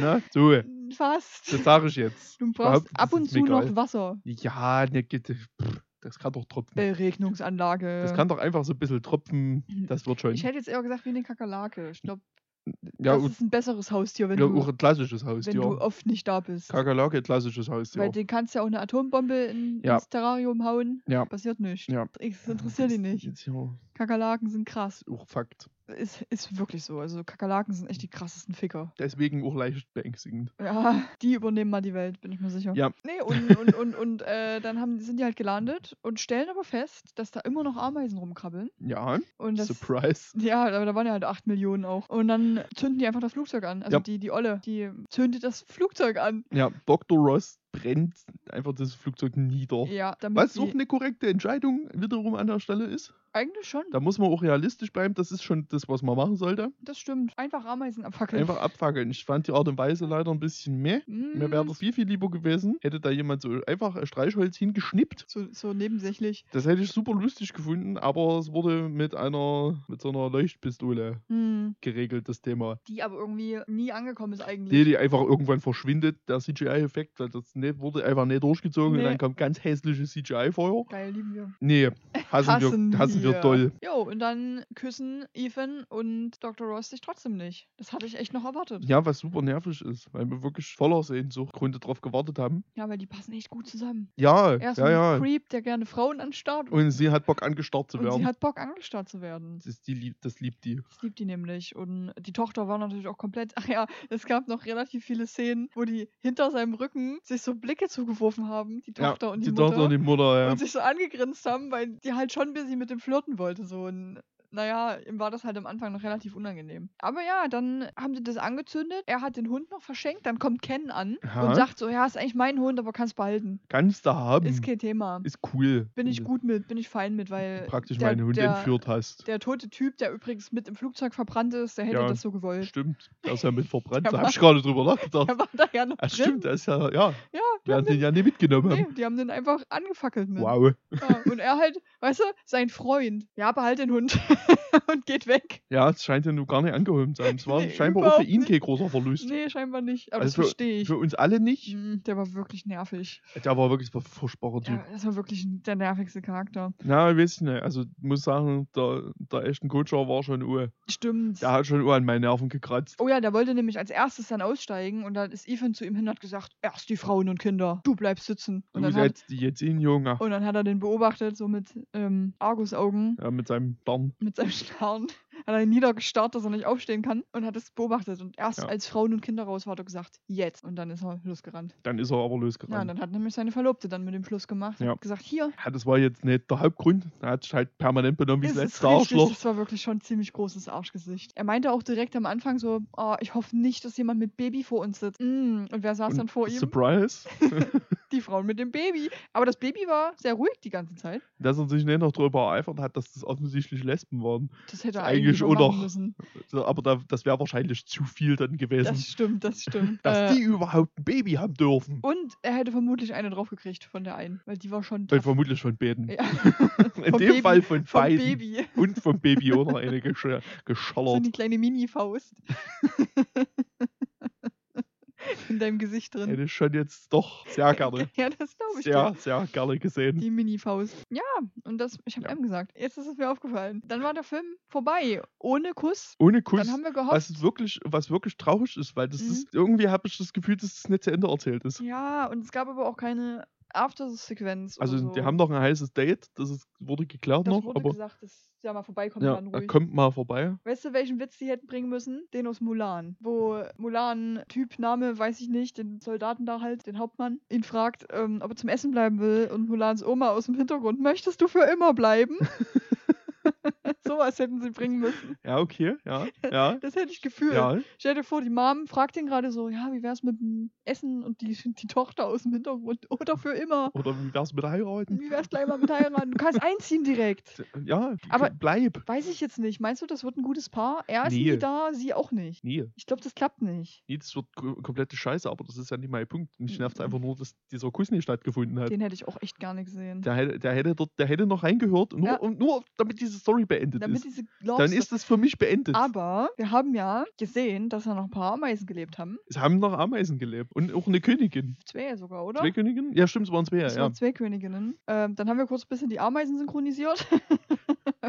[SPEAKER 2] Ne? So,
[SPEAKER 1] Fast.
[SPEAKER 2] das sage ich jetzt.
[SPEAKER 1] Du
[SPEAKER 2] behaupte,
[SPEAKER 1] brauchst
[SPEAKER 2] das
[SPEAKER 1] ab und
[SPEAKER 2] ist mir
[SPEAKER 1] zu noch
[SPEAKER 2] egal.
[SPEAKER 1] Wasser.
[SPEAKER 2] Ja, ne, geht- pff, das kann doch tropfen.
[SPEAKER 1] Äh, Regnungsanlage.
[SPEAKER 2] Das kann doch einfach so ein bisschen tropfen. Das wird schon.
[SPEAKER 1] Äh. Hm, ich hätte jetzt eher gesagt wie eine Kakerlake. Ich glaube,
[SPEAKER 2] Ja,
[SPEAKER 1] das
[SPEAKER 2] und,
[SPEAKER 1] ist ein besseres Haustier, wenn,
[SPEAKER 2] ja
[SPEAKER 1] du,
[SPEAKER 2] auch ein klassisches
[SPEAKER 1] wenn du
[SPEAKER 2] Haustier.
[SPEAKER 1] oft nicht da bist.
[SPEAKER 2] Kakerlake, klassisches
[SPEAKER 1] Weil
[SPEAKER 2] Haustier.
[SPEAKER 1] den kannst du ja auch eine Atombombe in,
[SPEAKER 2] Ja.
[SPEAKER 1] ins Terrarium hauen.
[SPEAKER 2] Ja.
[SPEAKER 1] Passiert nichts.
[SPEAKER 2] Ja.
[SPEAKER 1] Das interessiert die
[SPEAKER 2] Das
[SPEAKER 1] nicht.
[SPEAKER 2] Ist ja
[SPEAKER 1] Kakerlaken sind krass.
[SPEAKER 2] auch Fakt.
[SPEAKER 1] Ist, ist wirklich so. Also Kakerlaken sind echt die krassesten Ficker.
[SPEAKER 2] Deswegen auch leicht beängstigend.
[SPEAKER 1] Ja, die übernehmen mal die Welt, bin ich mir sicher.
[SPEAKER 2] Ja.
[SPEAKER 1] Nee, und, und, und, und äh, dann haben, sind die halt gelandet und stellen aber fest, dass da immer noch Ameisen rumkrabbeln.
[SPEAKER 2] Ja,
[SPEAKER 1] Und das,
[SPEAKER 2] Surprise.
[SPEAKER 1] Ja, aber da waren ja halt 8 Millionen auch. Und dann zünden die einfach das Flugzeug an. Also
[SPEAKER 2] Ja.
[SPEAKER 1] die, die Olle, die zündet das Flugzeug an.
[SPEAKER 2] Ja, Dr. Ross brennt einfach das Flugzeug nieder.
[SPEAKER 1] Ja, damit
[SPEAKER 2] Was auch
[SPEAKER 1] die,
[SPEAKER 2] eine korrekte Entscheidung wiederum an der Stelle ist.
[SPEAKER 1] eigentlich schon.
[SPEAKER 2] Da muss man auch realistisch bleiben. Das ist schon das, was man machen sollte.
[SPEAKER 1] Das stimmt. Einfach Ameisen abfackeln.
[SPEAKER 2] Einfach abfackeln. Ich fand die Art und Weise leider ein bisschen meh.
[SPEAKER 1] Mm,
[SPEAKER 2] Mir wäre das viel, viel lieber gewesen, hätte da jemand so einfach ein Streichholz hingeschnippt.
[SPEAKER 1] so, so nebensächlich.
[SPEAKER 2] Das hätte ich super lustig gefunden, aber es wurde mit einer, mit so einer Leuchtpistole
[SPEAKER 1] Hm,
[SPEAKER 2] geregelt, das Thema.
[SPEAKER 1] die aber irgendwie nie angekommen ist eigentlich.
[SPEAKER 2] Die, die einfach irgendwann verschwindet, der CGI-Effekt, weil das nicht, wurde einfach nicht durchgezogen
[SPEAKER 1] Nee.
[SPEAKER 2] und dann kam ganz hässliches CGI-Feuer.
[SPEAKER 1] Geil, lieben wir.
[SPEAKER 2] Nee, hassen, wir, hassen wir doll.
[SPEAKER 1] Jo, und dann küssen Ethan und Dr. Ross sich trotzdem nicht. Das hatte ich echt noch erwartet.
[SPEAKER 2] Ja, was super nervig ist, weil wir wirklich voller Sehnsucht Gründe drauf gewartet haben.
[SPEAKER 1] Ja, weil die passen echt gut zusammen.
[SPEAKER 2] Ja,
[SPEAKER 1] Er ist
[SPEAKER 2] ja,
[SPEAKER 1] ein
[SPEAKER 2] ja.
[SPEAKER 1] Creep, der gerne Frauen anstarrt und,
[SPEAKER 2] Und sie hat Bock angestarrt zu
[SPEAKER 1] sie
[SPEAKER 2] werden.
[SPEAKER 1] hat Bock, angestarrt zu werden.
[SPEAKER 2] Das, ist die, lieb- das liebt die.
[SPEAKER 1] Das liebt die nämlich. Und die Tochter war natürlich auch komplett. Ach ja, es gab noch relativ viele Szenen, wo die hinter seinem Rücken sich so Blicke zugeworfen haben, die Tochter
[SPEAKER 2] ja,
[SPEAKER 1] und die,
[SPEAKER 2] die
[SPEAKER 1] Mutter.
[SPEAKER 2] Tochter und die Mutter, ja.
[SPEAKER 1] und sich so angegrinst haben, weil die halt schon ein bisschen mit dem flirten wollte. So. Und naja, ihm war das halt am Anfang noch relativ unangenehm. Aber ja, dann haben sie das angezündet. Er hat den Hund noch verschenkt. Dann kommt Ken an
[SPEAKER 2] Ja.
[SPEAKER 1] und sagt so: Ja, ist eigentlich mein Hund, aber kannst behalten.
[SPEAKER 2] Kannst du haben.
[SPEAKER 1] Ist
[SPEAKER 2] Ähm, Ist,
[SPEAKER 1] kein Thema.
[SPEAKER 2] cool.
[SPEAKER 1] Bin ich
[SPEAKER 2] Wenn du
[SPEAKER 1] gut mit, bin ich fein mit, weil.
[SPEAKER 2] Praktisch
[SPEAKER 1] der-
[SPEAKER 2] meinen Hund
[SPEAKER 1] der,
[SPEAKER 2] entführt hast.
[SPEAKER 1] Der tote Typ, der übrigens mit im Flugzeug verbrannt ist, der hätte
[SPEAKER 2] Ja.
[SPEAKER 1] das so gewollt.
[SPEAKER 2] Stimmt, der ist ja mit verbrannt.
[SPEAKER 1] Äh, Der
[SPEAKER 2] Da
[SPEAKER 1] war-
[SPEAKER 2] hab ich gerade drüber nachgedacht.
[SPEAKER 1] Der war da ja noch
[SPEAKER 2] Ah,
[SPEAKER 1] drin.
[SPEAKER 2] stimmt, der ist ja, ja.
[SPEAKER 1] Ja, die
[SPEAKER 2] Wir
[SPEAKER 1] haben,
[SPEAKER 2] haben den
[SPEAKER 1] den,
[SPEAKER 2] ja nie mitgenommen.
[SPEAKER 1] nee, die haben den einfach angefackelt mit.
[SPEAKER 2] Wow.
[SPEAKER 1] Ja, und er halt, weißt du, sein Freund. Ja, behalt den Hund und geht weg.
[SPEAKER 2] Ja, es scheint ja nur gar nicht angehoben zu haben. Es war
[SPEAKER 1] Nee,
[SPEAKER 2] scheinbar auch für
[SPEAKER 1] überhaupt
[SPEAKER 2] ihn
[SPEAKER 1] nicht.
[SPEAKER 2] kein großer Verlust.
[SPEAKER 1] Nee, scheinbar nicht. Aber
[SPEAKER 2] Also
[SPEAKER 1] das verstehe ich.
[SPEAKER 2] Für uns alle nicht.
[SPEAKER 1] Mm, Der war wirklich nervig.
[SPEAKER 2] Der war wirklich ein furchtbarer Typ.
[SPEAKER 1] Ja, das war wirklich ein- der nervigste Charakter.
[SPEAKER 2] Na, ich weiß nicht. Also, ich muss sagen, der, der echten Kutscher war schon Uhr.
[SPEAKER 1] Stimmt.
[SPEAKER 2] Der hat schon Uhr an meinen Nerven gekratzt.
[SPEAKER 1] Oh ja, der wollte nämlich als erstes dann aussteigen und dann ist Ethan zu ihm hin und hat gesagt, erst die Frauen und Kinder, du bleibst sitzen.
[SPEAKER 2] Du
[SPEAKER 1] Und dann, hat,
[SPEAKER 2] jetzt die jetzt ihn, Junge.
[SPEAKER 1] und dann hat er den beobachtet, so mit ähm, Argusaugen,
[SPEAKER 2] Ja, mit seinem Darm.
[SPEAKER 1] mit seinem Starren. Hat er ihn niedergestarrt, dass er nicht aufstehen kann und hat es beobachtet. Und erst
[SPEAKER 2] Ja.
[SPEAKER 1] als Frauen und Kinder raus war, hat er gesagt, jetzt. Und dann ist er losgerannt.
[SPEAKER 2] Dann ist er aber
[SPEAKER 1] Ja, und
[SPEAKER 2] losgerannt.
[SPEAKER 1] dann hat nämlich seine Verlobte dann mit dem Schluss gemacht.
[SPEAKER 2] Ja.
[SPEAKER 1] Hat gesagt, hier,
[SPEAKER 2] Ja, das war jetzt nicht der Hauptgrund. Er hat sich halt permanent benommen wie das
[SPEAKER 1] Das ist
[SPEAKER 2] letzte
[SPEAKER 1] richtig,
[SPEAKER 2] Arschloch.
[SPEAKER 1] das war wirklich schon ein ziemlich großes Arschgesicht. Er meinte auch direkt am Anfang so, oh, ich hoffe nicht, dass jemand mit Baby vor uns sitzt. Mm. Und wer saß
[SPEAKER 2] Und
[SPEAKER 1] dann vor ihm?
[SPEAKER 2] Surprise,
[SPEAKER 1] Die Frauen mit dem Baby. Aber das Baby war sehr ruhig die ganze Zeit.
[SPEAKER 2] dass er sich nicht noch drüber ereifert hat, dass das offensichtlich Lesben waren.
[SPEAKER 1] Das hätte er
[SPEAKER 2] Ist
[SPEAKER 1] eigentlich
[SPEAKER 2] eigentlich
[SPEAKER 1] schon
[SPEAKER 2] auch
[SPEAKER 1] machen
[SPEAKER 2] noch
[SPEAKER 1] müssen.
[SPEAKER 2] So, Aber da, das wäre wahrscheinlich zu viel dann gewesen,
[SPEAKER 1] Das stimmt, das stimmt.
[SPEAKER 2] dass
[SPEAKER 1] Äh,
[SPEAKER 2] die überhaupt ein Baby haben dürfen.
[SPEAKER 1] und er hätte vermutlich eine draufgekriegt von der einen, weil die war schon
[SPEAKER 2] Dann
[SPEAKER 1] tough.
[SPEAKER 2] vermutlich von beiden.
[SPEAKER 1] Ja,
[SPEAKER 2] In dem
[SPEAKER 1] vom Baby-
[SPEAKER 2] Fall von
[SPEAKER 1] vom
[SPEAKER 2] beiden.
[SPEAKER 1] Baby.
[SPEAKER 2] Und vom Baby oder eine gesch
[SPEAKER 1] So
[SPEAKER 2] geschallert.
[SPEAKER 1] eine kleine Mini-Faust. In deinem Gesicht drin.
[SPEAKER 2] Hätte ich schon jetzt doch sehr gerne.
[SPEAKER 1] Ja, das glaube ich dir.
[SPEAKER 2] Äh, Sehr, sehr gerne gesehen.
[SPEAKER 1] Die Mini-Faust. Ja, und das, ich habe
[SPEAKER 2] Ja.
[SPEAKER 1] M gesagt. Jetzt ist es mir aufgefallen. Dann war der Film vorbei. Ohne Kuss.
[SPEAKER 2] Ohne Kuss. Also
[SPEAKER 1] Dann haben wir gehofft.
[SPEAKER 2] Was ist wirklich, was wirklich traurig ist, weil das
[SPEAKER 1] Mhm.
[SPEAKER 2] ist, irgendwie habe ich das Gefühl, dass das nicht zu Ende erzählt ist.
[SPEAKER 1] Ja, und es gab aber auch keine After-Sequenz.
[SPEAKER 2] Also,
[SPEAKER 1] oder so.
[SPEAKER 2] die haben noch ein heißes Date, das ist, wurde geklärt
[SPEAKER 1] das
[SPEAKER 2] noch,
[SPEAKER 1] wurde
[SPEAKER 2] aber
[SPEAKER 1] gesagt, dass ja mal vorbeikommen
[SPEAKER 2] ja,
[SPEAKER 1] kann
[SPEAKER 2] er
[SPEAKER 1] ruhig.
[SPEAKER 2] kommt mal vorbei.
[SPEAKER 1] Weißt du, welchen Witz die hätten bringen müssen? Den aus Mulan. Wo Mulan, Typ, Name, weiß ich nicht, den Soldaten da halt, den Hauptmann, ihn fragt, ähm, ob er zum Essen bleiben will. Und Mulans Oma aus dem Hintergrund, möchtest du für immer bleiben? Sowas hätten sie bringen müssen.
[SPEAKER 2] Ja, okay, ja, ja.
[SPEAKER 1] Das hätte ich gefühlt.
[SPEAKER 2] ja.
[SPEAKER 1] Stell dir vor, die Mom fragt ihn gerade so, ja, wie wär's mit dem Essen und die, die Tochter aus dem Hintergrund oder für immer.
[SPEAKER 2] Oder wie wär's mit heiraten? Äh,
[SPEAKER 1] Wie wär's gleich mal mit heiraten? Du kannst einziehen direkt.
[SPEAKER 2] Ja,
[SPEAKER 1] Aber-
[SPEAKER 2] bleib.
[SPEAKER 1] Weiß ich jetzt nicht. Meinst du, das wird ein gutes Paar? Er ist
[SPEAKER 2] Nee.
[SPEAKER 1] nie da, sie auch nicht.
[SPEAKER 2] Nee,
[SPEAKER 1] Ich glaube, das klappt nicht.
[SPEAKER 2] nee, das wird ko- komplette Scheiße, aber das ist ja nicht mein Punkt. Mich nervt einfach nur, dass dieser Kuss nicht stattgefunden hat.
[SPEAKER 1] Den hätte ich auch echt gerne gesehen.
[SPEAKER 2] Der hätte, der hätte dort, der hätte noch reingehört, nur,
[SPEAKER 1] Ja.
[SPEAKER 2] und nur damit diese Story beendet
[SPEAKER 1] Damit
[SPEAKER 2] ist.
[SPEAKER 1] diese Love
[SPEAKER 2] Dann ist das für mich beendet.
[SPEAKER 1] Aber wir haben ja gesehen, dass da noch ein paar Ameisen gelebt haben.
[SPEAKER 2] Es haben noch Ameisen gelebt und auch eine Königin.
[SPEAKER 1] Zwei sogar, oder?
[SPEAKER 2] Zwei Königinnen? Ja, stimmt, es waren zwei,
[SPEAKER 1] Das
[SPEAKER 2] ja.
[SPEAKER 1] waren zwei Königinnen. Ähm, dann haben wir kurz ein bisschen die Ameisen synchronisiert.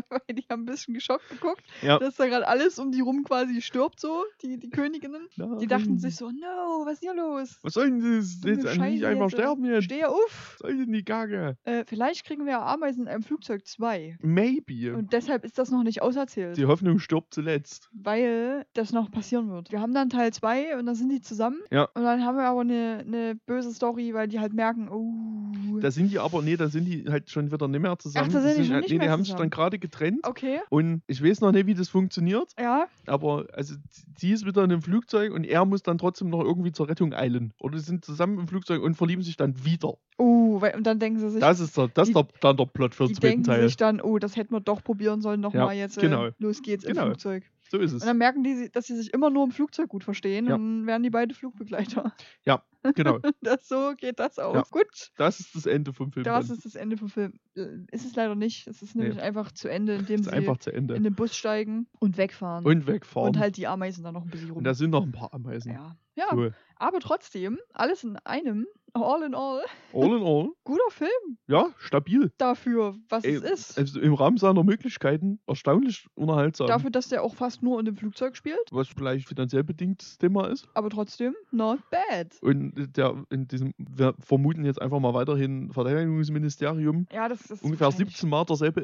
[SPEAKER 1] Weil die haben ein bisschen geschockt geguckt,
[SPEAKER 2] Ja.
[SPEAKER 1] dass da gerade alles um die rum quasi stirbt, so, die, die Königinnen. Die dachten sich so, no, was ist hier los?
[SPEAKER 2] hm. Was soll denn das?
[SPEAKER 1] So eine
[SPEAKER 2] Jetzt nicht
[SPEAKER 1] Scheiße
[SPEAKER 2] einfach
[SPEAKER 1] jetzt, äh,
[SPEAKER 2] sterben jetzt.
[SPEAKER 1] Steh auf!
[SPEAKER 2] Was soll denn die Gage?
[SPEAKER 1] Äh, vielleicht kriegen wir ja Ameisen in einem Flugzeug zwei.
[SPEAKER 2] Maybe.
[SPEAKER 1] Und deshalb ist das noch nicht auserzählt.
[SPEAKER 2] die Hoffnung stirbt zuletzt.
[SPEAKER 1] weil das noch passieren wird. Wir haben dann Teil 2 und dann sind die zusammen.
[SPEAKER 2] Ja.
[SPEAKER 1] Und dann haben wir aber eine, eine böse Story, weil die halt merken, oh.
[SPEAKER 2] Da sind die aber, nee, da sind die halt schon wieder nicht mehr zusammen.
[SPEAKER 1] da
[SPEAKER 2] Die
[SPEAKER 1] sind die schon
[SPEAKER 2] halt-
[SPEAKER 1] nicht
[SPEAKER 2] nee, die
[SPEAKER 1] mehr
[SPEAKER 2] haben sich dann
[SPEAKER 1] zusammen.
[SPEAKER 2] gerade getrennt.
[SPEAKER 1] okay,
[SPEAKER 2] Und ich weiß noch nicht, wie das funktioniert,
[SPEAKER 1] ja.
[SPEAKER 2] aber also sie ist wieder in einem Flugzeug und er muss dann trotzdem noch irgendwie zur Rettung eilen. Oder sie sind zusammen im Flugzeug und verlieben sich dann wieder.
[SPEAKER 1] Oh, weil, und dann denken sie sich,
[SPEAKER 2] das ist der, das
[SPEAKER 1] die-
[SPEAKER 2] ist der, dann der Plot für
[SPEAKER 1] die
[SPEAKER 2] den zweiten
[SPEAKER 1] denken
[SPEAKER 2] Teil.
[SPEAKER 1] sich dann, oh, das hätten wir doch probieren sollen,
[SPEAKER 2] Ja,
[SPEAKER 1] nochmal jetzt. Äh,
[SPEAKER 2] genau.
[SPEAKER 1] Los geht's
[SPEAKER 2] Genau.
[SPEAKER 1] im Flugzeug.
[SPEAKER 2] So ist es.
[SPEAKER 1] Und dann merken die, dass sie sich immer nur im Flugzeug gut verstehen
[SPEAKER 2] Ja.
[SPEAKER 1] und dann werden die beide Flugbegleiter.
[SPEAKER 2] Genau.
[SPEAKER 1] Das, so geht das auch.
[SPEAKER 2] Ja.
[SPEAKER 1] Gut,
[SPEAKER 2] Das ist das Ende vom Film.
[SPEAKER 1] das
[SPEAKER 2] dann.
[SPEAKER 1] ist das Ende vom Film. Äh, Ist es leider nicht. Es ist
[SPEAKER 2] Nee.
[SPEAKER 1] nämlich einfach zu Ende, indem
[SPEAKER 2] ist
[SPEAKER 1] sie
[SPEAKER 2] einfach zu Ende.
[SPEAKER 1] in den Bus steigen und wegfahren.
[SPEAKER 2] Und wegfahren.
[SPEAKER 1] Und halt die Ameisen dann noch ein bisschen rum.
[SPEAKER 2] Und da sind noch ein paar Ameisen.
[SPEAKER 1] ja. ja,
[SPEAKER 2] Cool.
[SPEAKER 1] aber trotzdem, alles in einem, all in all,
[SPEAKER 2] All in all,
[SPEAKER 1] guter Film
[SPEAKER 2] ja, stabil.
[SPEAKER 1] dafür, was
[SPEAKER 2] Ey,
[SPEAKER 1] es ist.
[SPEAKER 2] Also im Rahmen seiner Möglichkeiten erstaunlich unterhaltsam.
[SPEAKER 1] Dafür, dass der auch fast nur in dem Flugzeug spielt,
[SPEAKER 2] was vielleicht finanziell bedingtes Thema ist.
[SPEAKER 1] aber trotzdem not bad.
[SPEAKER 2] Und der in diesem, wir vermuten jetzt einfach mal weiterhin Verteidigungsministerium,
[SPEAKER 1] Ja, das ist
[SPEAKER 2] ungefähr
[SPEAKER 1] wahrscheinlich-
[SPEAKER 2] 17 Mal derselbe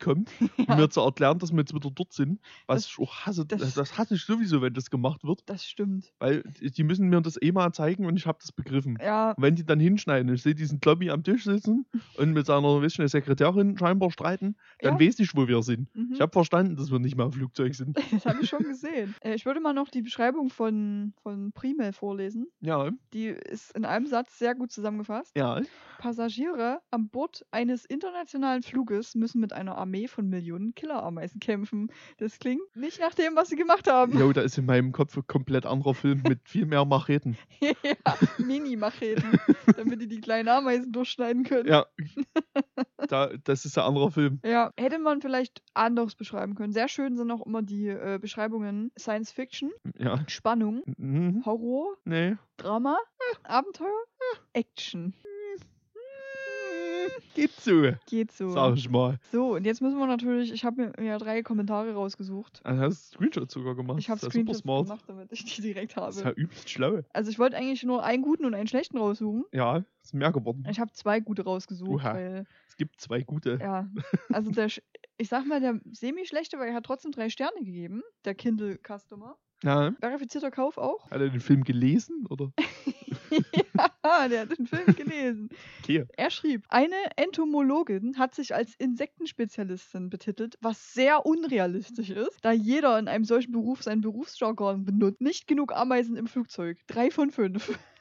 [SPEAKER 2] kommt, um mir zu erklären, dass wir jetzt wieder dort sind. Was ich auch hasse,
[SPEAKER 1] das-
[SPEAKER 2] das, das hasse ich sowieso, wenn das gemacht wird,
[SPEAKER 1] Das stimmt.
[SPEAKER 2] weil die müssen mir das eh mal zeigen und ich habe das begriffen.
[SPEAKER 1] Ja,
[SPEAKER 2] Und Wenn die dann hinschneiden, ich sehe diesen Klobby am Tisch sitzen und mit seiner weiß ich nicht, Sekretärin scheinbar streiten, dann
[SPEAKER 1] Ja.
[SPEAKER 2] weiß ich, wo wir sind.
[SPEAKER 1] mhm.
[SPEAKER 2] Ich habe verstanden, dass wir nicht mehr im Flugzeug sind.
[SPEAKER 1] das habe ich schon gesehen. Äh, Ich würde mal noch die Beschreibung von, von Primel vorlesen.
[SPEAKER 2] Ja,
[SPEAKER 1] Die ist in einem Satz sehr gut zusammengefasst.
[SPEAKER 2] ja.
[SPEAKER 1] Passagiere an Bord eines internationalen Fluges müssen mit einer Armee von Millionen Killerameisen kämpfen. Das klingt nicht nach dem, was sie gemacht haben.
[SPEAKER 2] Jo, da ist in meinem Kopf ein komplett anderer Film mit viel mehr Macheten.
[SPEAKER 1] ja, Mini-Macheten, damit die die kleinen Ameisen durchschneiden können.
[SPEAKER 2] Ja. Da, das ist ein anderer Film.
[SPEAKER 1] Ja, hätte man vielleicht anders beschreiben können. Sehr schön sind auch immer die äh, Beschreibungen Science Fiction,
[SPEAKER 2] Ja.
[SPEAKER 1] Spannung,
[SPEAKER 2] Mhm.
[SPEAKER 1] Horror,
[SPEAKER 2] Nee.
[SPEAKER 1] Drama,
[SPEAKER 2] Ah.
[SPEAKER 1] Abenteuer, Action.
[SPEAKER 2] Geht so,
[SPEAKER 1] Geht so.
[SPEAKER 2] sag ich mal.
[SPEAKER 1] So, und jetzt müssen wir natürlich, ich habe mir ja drei Kommentare rausgesucht.
[SPEAKER 2] Also hast du Screenshots sogar gemacht.
[SPEAKER 1] Ich habe
[SPEAKER 2] Ist ja
[SPEAKER 1] Screenshots
[SPEAKER 2] super smart.
[SPEAKER 1] gemacht, damit ich die direkt
[SPEAKER 2] Das ist ja
[SPEAKER 1] habe.
[SPEAKER 2] übelst schlau.
[SPEAKER 1] Also ich wollte eigentlich nur einen guten und einen schlechten raussuchen.
[SPEAKER 2] Ja, ist mehr geworden.
[SPEAKER 1] Ich habe zwei gute rausgesucht,
[SPEAKER 2] Oha.
[SPEAKER 1] weil,
[SPEAKER 2] Es gibt zwei gute.
[SPEAKER 1] ja, also der, Sch- ich sag mal, der semi-schlechte, weil er hat trotzdem drei Sterne gegeben, der Kindle-Customer.
[SPEAKER 2] Ja.
[SPEAKER 1] Verifizierter Kauf auch.
[SPEAKER 2] Hat er den Film gelesen? Oder?
[SPEAKER 1] Ah, der hat den Film gelesen.
[SPEAKER 2] Okay.
[SPEAKER 1] Er schrieb, eine Entomologin hat sich als Insektenspezialistin betitelt, was sehr unrealistisch ist, da jeder in einem solchen Beruf seinen Berufsjargon benutzt. Nicht genug Ameisen im Flugzeug. Drei von fünf.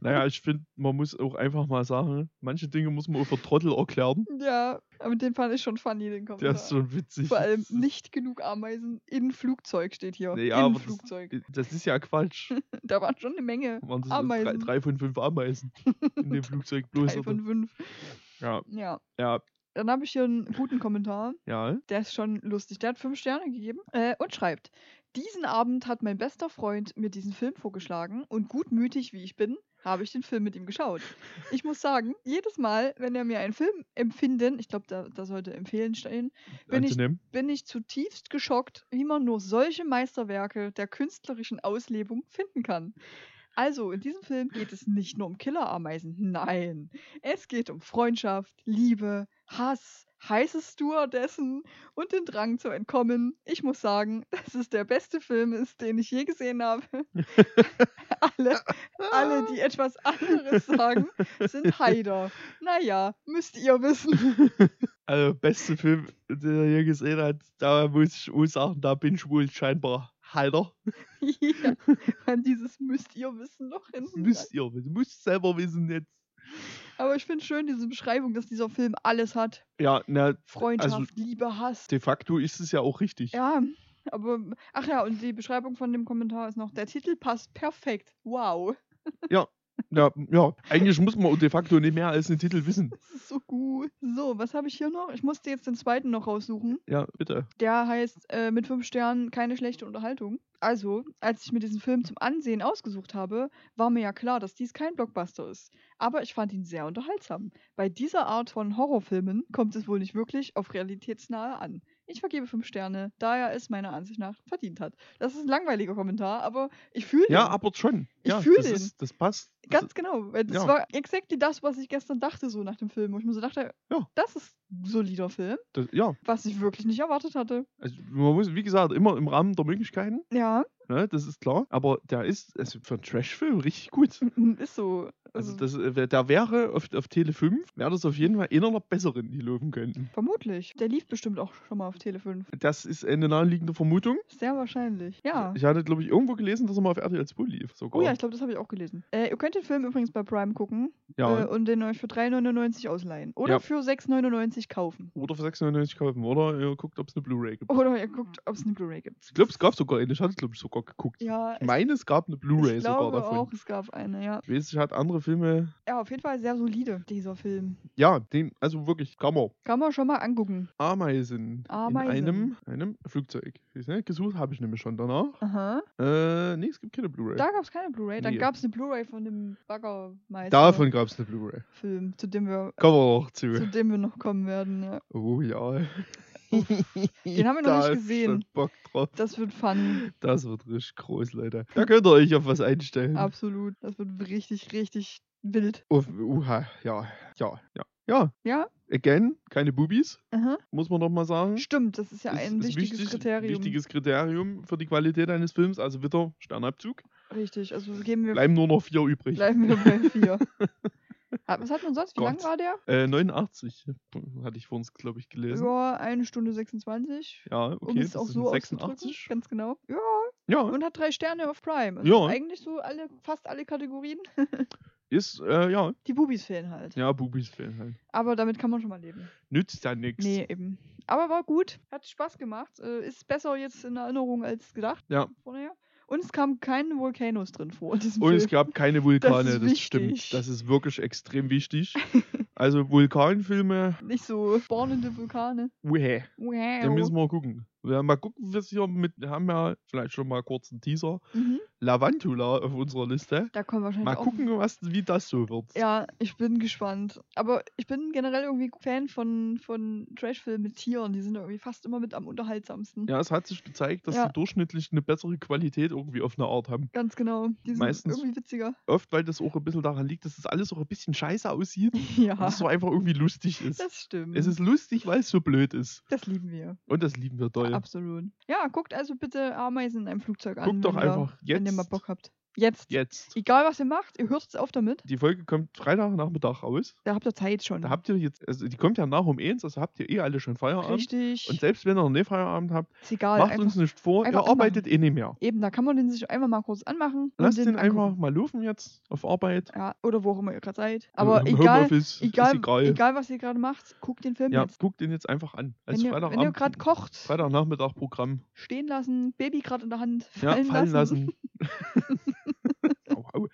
[SPEAKER 2] Naja, ich finde, man muss auch einfach mal sagen, manche Dinge muss man auch für Trottel erklären.
[SPEAKER 1] Ja, aber den fand ich schon funny, den
[SPEAKER 2] Der
[SPEAKER 1] Kommentar.
[SPEAKER 2] ist schon witzig.
[SPEAKER 1] Vor allem
[SPEAKER 2] Das ist-
[SPEAKER 1] nicht genug Ameisen in Flugzeug steht hier.
[SPEAKER 2] Naja,
[SPEAKER 1] in
[SPEAKER 2] aber das-
[SPEAKER 1] Flugzeug.
[SPEAKER 2] Das ist ja Quatsch.
[SPEAKER 1] Da waren schon eine Menge.
[SPEAKER 2] Waren das
[SPEAKER 1] Ameisen.
[SPEAKER 2] Drei, drei von fünf Ameisen in dem Flugzeug bloß.
[SPEAKER 1] Drei
[SPEAKER 2] oder?
[SPEAKER 1] von fünf.
[SPEAKER 2] Ja,
[SPEAKER 1] Ja.
[SPEAKER 2] ja,
[SPEAKER 1] Dann habe ich hier einen guten Kommentar.
[SPEAKER 2] ja.
[SPEAKER 1] Der ist schon lustig. Der hat fünf Sterne gegeben äh, und schreibt: Diesen Abend hat mein bester Freund mir diesen Film vorgeschlagen und gutmütig wie ich bin, habe ich den Film mit ihm geschaut. Ich muss sagen, jedes Mal, wenn er mir einen Film empfinden, ich glaube, da, da sollte empfehlen stehen, Bin ich-
[SPEAKER 2] anzunehmen.
[SPEAKER 1] bin ich zutiefst geschockt, wie man nur solche Meisterwerke der künstlerischen Auslebung finden kann. Also, in diesem Film geht es nicht nur um Killerameisen, nein. Es geht um Freundschaft, Liebe, Hass, heißes Stewardessen und den Drang zu entkommen. Ich muss sagen, dass es der beste Film ist, den ich je gesehen habe. alle, alle, die etwas anderes sagen, sind Heider. Naja, müsst ihr wissen.
[SPEAKER 2] Also, beste Film, den er je gesehen hat, da muss ich auch sagen, da bin ich wohl scheinbar Halter.
[SPEAKER 1] ja, man, dieses müsst ihr wissen noch
[SPEAKER 2] Das
[SPEAKER 1] hinten. dran.
[SPEAKER 2] müsst ihr, das müsst selber wissen jetzt.
[SPEAKER 1] Aber ich finde schön diese Beschreibung, dass dieser Film alles hat.
[SPEAKER 2] Ja, na,
[SPEAKER 1] Freundschaft,
[SPEAKER 2] Also-
[SPEAKER 1] Liebe, Hass.
[SPEAKER 2] de facto ist es ja auch richtig.
[SPEAKER 1] Ja, aber ach ja, und die Beschreibung von dem Kommentar ist noch, der Titel passt perfekt. Wow,
[SPEAKER 2] Ja, ja. eigentlich muss man de facto nicht mehr als den Titel wissen.
[SPEAKER 1] das ist so gut. So, was habe ich hier noch? Ich musste jetzt den zweiten noch raussuchen.
[SPEAKER 2] Ja, bitte.
[SPEAKER 1] Der heißt äh, mit fünf Sternen keine schlechte Unterhaltung. Also, als ich mir diesen Film zum Ansehen ausgesucht habe, war mir ja klar, dass dies kein Blockbuster ist. Aber ich fand ihn sehr unterhaltsam. Bei dieser Art von Horrorfilmen kommt es wohl nicht wirklich auf realitätsnahe an. Ich vergebe fünf Sterne, da er es meiner Ansicht nach verdient hat. Das ist ein langweiliger Kommentar, aber ich fühle
[SPEAKER 2] Ja,
[SPEAKER 1] den
[SPEAKER 2] aber schon.
[SPEAKER 1] Ich
[SPEAKER 2] ja,
[SPEAKER 1] fühl
[SPEAKER 2] das
[SPEAKER 1] den.
[SPEAKER 2] Ist, das passt.
[SPEAKER 1] ganz genau. Weil das
[SPEAKER 2] ja.
[SPEAKER 1] war exakt das, was ich gestern dachte, so nach dem Film. Wo ich mir so dachte,
[SPEAKER 2] Ja.
[SPEAKER 1] das ist ein solider Film,
[SPEAKER 2] das, ja,
[SPEAKER 1] was ich wirklich nicht erwartet hatte.
[SPEAKER 2] also man muss, wie gesagt, immer im Rahmen der Möglichkeiten,
[SPEAKER 1] Ja,
[SPEAKER 2] ne, das ist klar. Aber der ist also für einen Trash-Film richtig gut.
[SPEAKER 1] ist so.
[SPEAKER 2] Also
[SPEAKER 1] Also-
[SPEAKER 2] das, äh, da wäre auf, auf Tele 5, wäre das auf jeden Fall einer der besseren, die löwen könnten.
[SPEAKER 1] Vermutlich. Der lief bestimmt auch schon mal auf Tele 5.
[SPEAKER 2] Das ist eine naheliegende Vermutung.
[SPEAKER 1] Sehr wahrscheinlich. Ja.
[SPEAKER 2] Ich hatte, glaube ich, irgendwo gelesen, dass er mal auf RTL 2 lief. Sogar.
[SPEAKER 1] Oh ja, ich glaube, das habe ich auch gelesen. Äh, ihr könnt den Film übrigens bei Prime gucken
[SPEAKER 2] Ja,
[SPEAKER 1] äh, und den euch für 3,99 ausleihen. Oder
[SPEAKER 2] Ja.
[SPEAKER 1] für 6,99 kaufen.
[SPEAKER 2] Oder für 6,99 kaufen. Oder ihr guckt, ob es eine Blu-ray gibt.
[SPEAKER 1] Oder ihr guckt, ob es eine Blu-ray gibt.
[SPEAKER 2] Ich glaube, es gab sogar eine. Ich hatte, glaube ich, sogar geguckt.
[SPEAKER 1] Ja,
[SPEAKER 2] Ich meine, es gab eine Blu-ray
[SPEAKER 1] ich
[SPEAKER 2] sogar
[SPEAKER 1] glaube
[SPEAKER 2] davon.
[SPEAKER 1] auch, es gab eine, ja.
[SPEAKER 2] Ich weiß, ich hatte andere Filme.
[SPEAKER 1] Ja, auf jeden Fall sehr solide, dieser Film.
[SPEAKER 2] Ja, den, also wirklich, kann man.
[SPEAKER 1] Kann man schon mal angucken.
[SPEAKER 2] Ameisen.
[SPEAKER 1] Ameisen.
[SPEAKER 2] In einem, einem Flugzeug. Siehst du, ne? Gesucht habe ich nämlich schon danach.
[SPEAKER 1] Aha.
[SPEAKER 2] Äh, nee, es gibt keine Blu-ray.
[SPEAKER 1] Da gab es keine Blu-ray. Dann
[SPEAKER 2] Nee.
[SPEAKER 1] gab es eine Blu-ray von dem Baggermeister.
[SPEAKER 2] Davon gab es eine Blu-ray.
[SPEAKER 1] Film, zu dem wir
[SPEAKER 2] Kommen wir noch
[SPEAKER 1] zu
[SPEAKER 2] zu.
[SPEAKER 1] dem wir noch kommen werden. Ja.
[SPEAKER 2] Oh ja.
[SPEAKER 1] Den haben wir noch
[SPEAKER 2] Da
[SPEAKER 1] nicht
[SPEAKER 2] hab ich
[SPEAKER 1] gesehen.
[SPEAKER 2] schon Bock drauf.
[SPEAKER 1] Das wird fun,
[SPEAKER 2] Das wird richtig groß, Leute. Da könnt ihr euch auf was einstellen.
[SPEAKER 1] absolut. Das wird richtig, richtig wild.
[SPEAKER 2] Auf, uha, ja, ja, ja. Ja,
[SPEAKER 1] Ja?
[SPEAKER 2] again, keine Bubis,
[SPEAKER 1] Aha.
[SPEAKER 2] muss man nochmal sagen.
[SPEAKER 1] Stimmt, das ist ja ein
[SPEAKER 2] Mhm. Ist- ist
[SPEAKER 1] wichtiges
[SPEAKER 2] wichtig-
[SPEAKER 1] Kriterium.
[SPEAKER 2] Wichtiges Kriterium für die Qualität eines Films, also wieder Sternabzug.
[SPEAKER 1] Richtig, also geben wir
[SPEAKER 2] Bleiben nur noch vier übrig.
[SPEAKER 1] bleiben wir bei vier. Hat- Was hat man sonst? Wie lang
[SPEAKER 2] Gott.
[SPEAKER 1] war der?
[SPEAKER 2] Äh, 89 hatte ich vorhin, glaube ich, gelesen.
[SPEAKER 1] Ja, eine Stunde 26.
[SPEAKER 2] Ja, okay,
[SPEAKER 1] um es
[SPEAKER 2] das
[SPEAKER 1] auch
[SPEAKER 2] sind
[SPEAKER 1] so
[SPEAKER 2] 86.
[SPEAKER 1] auszudrücken, ganz genau. Ja,
[SPEAKER 2] Ja,
[SPEAKER 1] und hat drei Sterne auf Prime. Also
[SPEAKER 2] Ja.
[SPEAKER 1] Eigentlich so alle, fast alle Kategorien.
[SPEAKER 2] ist, äh, ja,
[SPEAKER 1] Die Bubis fehlen halt.
[SPEAKER 2] ja, Bubis fehlen halt.
[SPEAKER 1] Aber damit kann man schon mal leben.
[SPEAKER 2] Nützt ja nichts.
[SPEAKER 1] Nee, eben. Aber war gut, hat Spaß gemacht. Äh, Ist besser jetzt in Erinnerung als gedacht.
[SPEAKER 2] Ja.
[SPEAKER 1] Vorher. Und es kamen keine Volcanos drin vor in diesem
[SPEAKER 2] Und
[SPEAKER 1] Film.
[SPEAKER 2] es gab keine Vulkane, das,
[SPEAKER 1] wichtig.
[SPEAKER 2] stimmt. Das ist wirklich extrem wichtig. Also Vulkanfilme,
[SPEAKER 1] Nicht so bornende Vulkane.
[SPEAKER 2] uhe, da
[SPEAKER 1] Wow.
[SPEAKER 2] müssen wir gucken. Wir haben mal gucken, was hier mit, wir haben ja vielleicht schon mal kurz einen Teaser,
[SPEAKER 1] Mhm.
[SPEAKER 2] Lavantula auf unserer Liste.
[SPEAKER 1] Da kommen wahrscheinlich
[SPEAKER 2] Mal
[SPEAKER 1] auch
[SPEAKER 2] gucken, was, wie das so wird.
[SPEAKER 1] Ja, ich bin gespannt. Aber ich bin generell irgendwie Fan von, von Trashfilmen mit Tieren. Die sind irgendwie fast immer mit am unterhaltsamsten.
[SPEAKER 2] Ja, es hat sich gezeigt, dass
[SPEAKER 1] Ja.
[SPEAKER 2] sie durchschnittlich eine bessere Qualität irgendwie auf eine Art haben.
[SPEAKER 1] Ganz genau. Die sind
[SPEAKER 2] Meistens-
[SPEAKER 1] irgendwie witziger.
[SPEAKER 2] Oft, weil das auch ein bisschen daran liegt, dass das alles auch ein bisschen scheiße aussieht und
[SPEAKER 1] Ja,
[SPEAKER 2] es so einfach irgendwie lustig ist.
[SPEAKER 1] das stimmt.
[SPEAKER 2] Es ist lustig, weil es so blöd ist.
[SPEAKER 1] das lieben wir.
[SPEAKER 2] Und das lieben wir doll.
[SPEAKER 1] Absolut. Ja, guckt also bitte Ameisen in einem Flugzeug an.
[SPEAKER 2] Guckt doch
[SPEAKER 1] wenn ihr,
[SPEAKER 2] einfach
[SPEAKER 1] Wenn ihr mal
[SPEAKER 2] jetzt.
[SPEAKER 1] Bock habt. Jetzt.
[SPEAKER 2] Jetzt.
[SPEAKER 1] Egal, was ihr macht, ihr hört es auf damit.
[SPEAKER 2] Die Folge kommt Freitagnachmittag raus.
[SPEAKER 1] Da habt ihr Zeit schon.
[SPEAKER 2] Da habt ihr jetzt, also die kommt ja nach um eins, also habt ihr eh alle schon Feierabend.
[SPEAKER 1] Richtig.
[SPEAKER 2] Und selbst wenn ihr noch nicht Feierabend habt,
[SPEAKER 1] ist egal.
[SPEAKER 2] macht
[SPEAKER 1] einfach,
[SPEAKER 2] uns nicht vor, ihr
[SPEAKER 1] einfach
[SPEAKER 2] arbeitet eh nicht mehr.
[SPEAKER 1] eben, da kann man den sich einfach mal kurz anmachen.
[SPEAKER 2] Lasst
[SPEAKER 1] und
[SPEAKER 2] den einfach
[SPEAKER 1] angucken.
[SPEAKER 2] mal laufen jetzt auf Arbeit.
[SPEAKER 1] Ja, oder wo auch immer ihr gerade seid. Aber
[SPEAKER 2] im
[SPEAKER 1] egal,
[SPEAKER 2] Homeoffice,
[SPEAKER 1] egal,
[SPEAKER 2] ist egal.
[SPEAKER 1] egal, was ihr gerade macht, guckt den Film
[SPEAKER 2] ja,
[SPEAKER 1] jetzt.
[SPEAKER 2] guckt den jetzt einfach an. Als
[SPEAKER 1] Wenn ihr, wenn ihr gerade
[SPEAKER 2] Freitagabend,
[SPEAKER 1] kocht,
[SPEAKER 2] Freitagnachmittag Programm.
[SPEAKER 1] stehen lassen, Baby gerade in der Hand,
[SPEAKER 2] Ja,
[SPEAKER 1] fallen,
[SPEAKER 2] fallen
[SPEAKER 1] lassen,
[SPEAKER 2] lassen. au, au.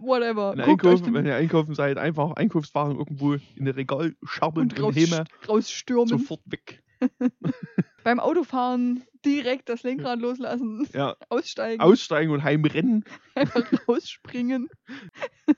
[SPEAKER 1] whatever.
[SPEAKER 2] Wenn, ihr
[SPEAKER 1] Guckt euch
[SPEAKER 2] einkaufen,
[SPEAKER 1] den
[SPEAKER 2] wenn ihr einkaufen seid, einfach Einkaufswagen irgendwo in ein Regal schabeln
[SPEAKER 1] und
[SPEAKER 2] und
[SPEAKER 1] raus,
[SPEAKER 2] Häme
[SPEAKER 1] rausstürmen.
[SPEAKER 2] sofort weg.
[SPEAKER 1] Beim Autofahren direkt das Lenkrad loslassen,
[SPEAKER 2] Ja,
[SPEAKER 1] aussteigen,
[SPEAKER 2] aussteigen und heimrennen.
[SPEAKER 1] einfach rausspringen.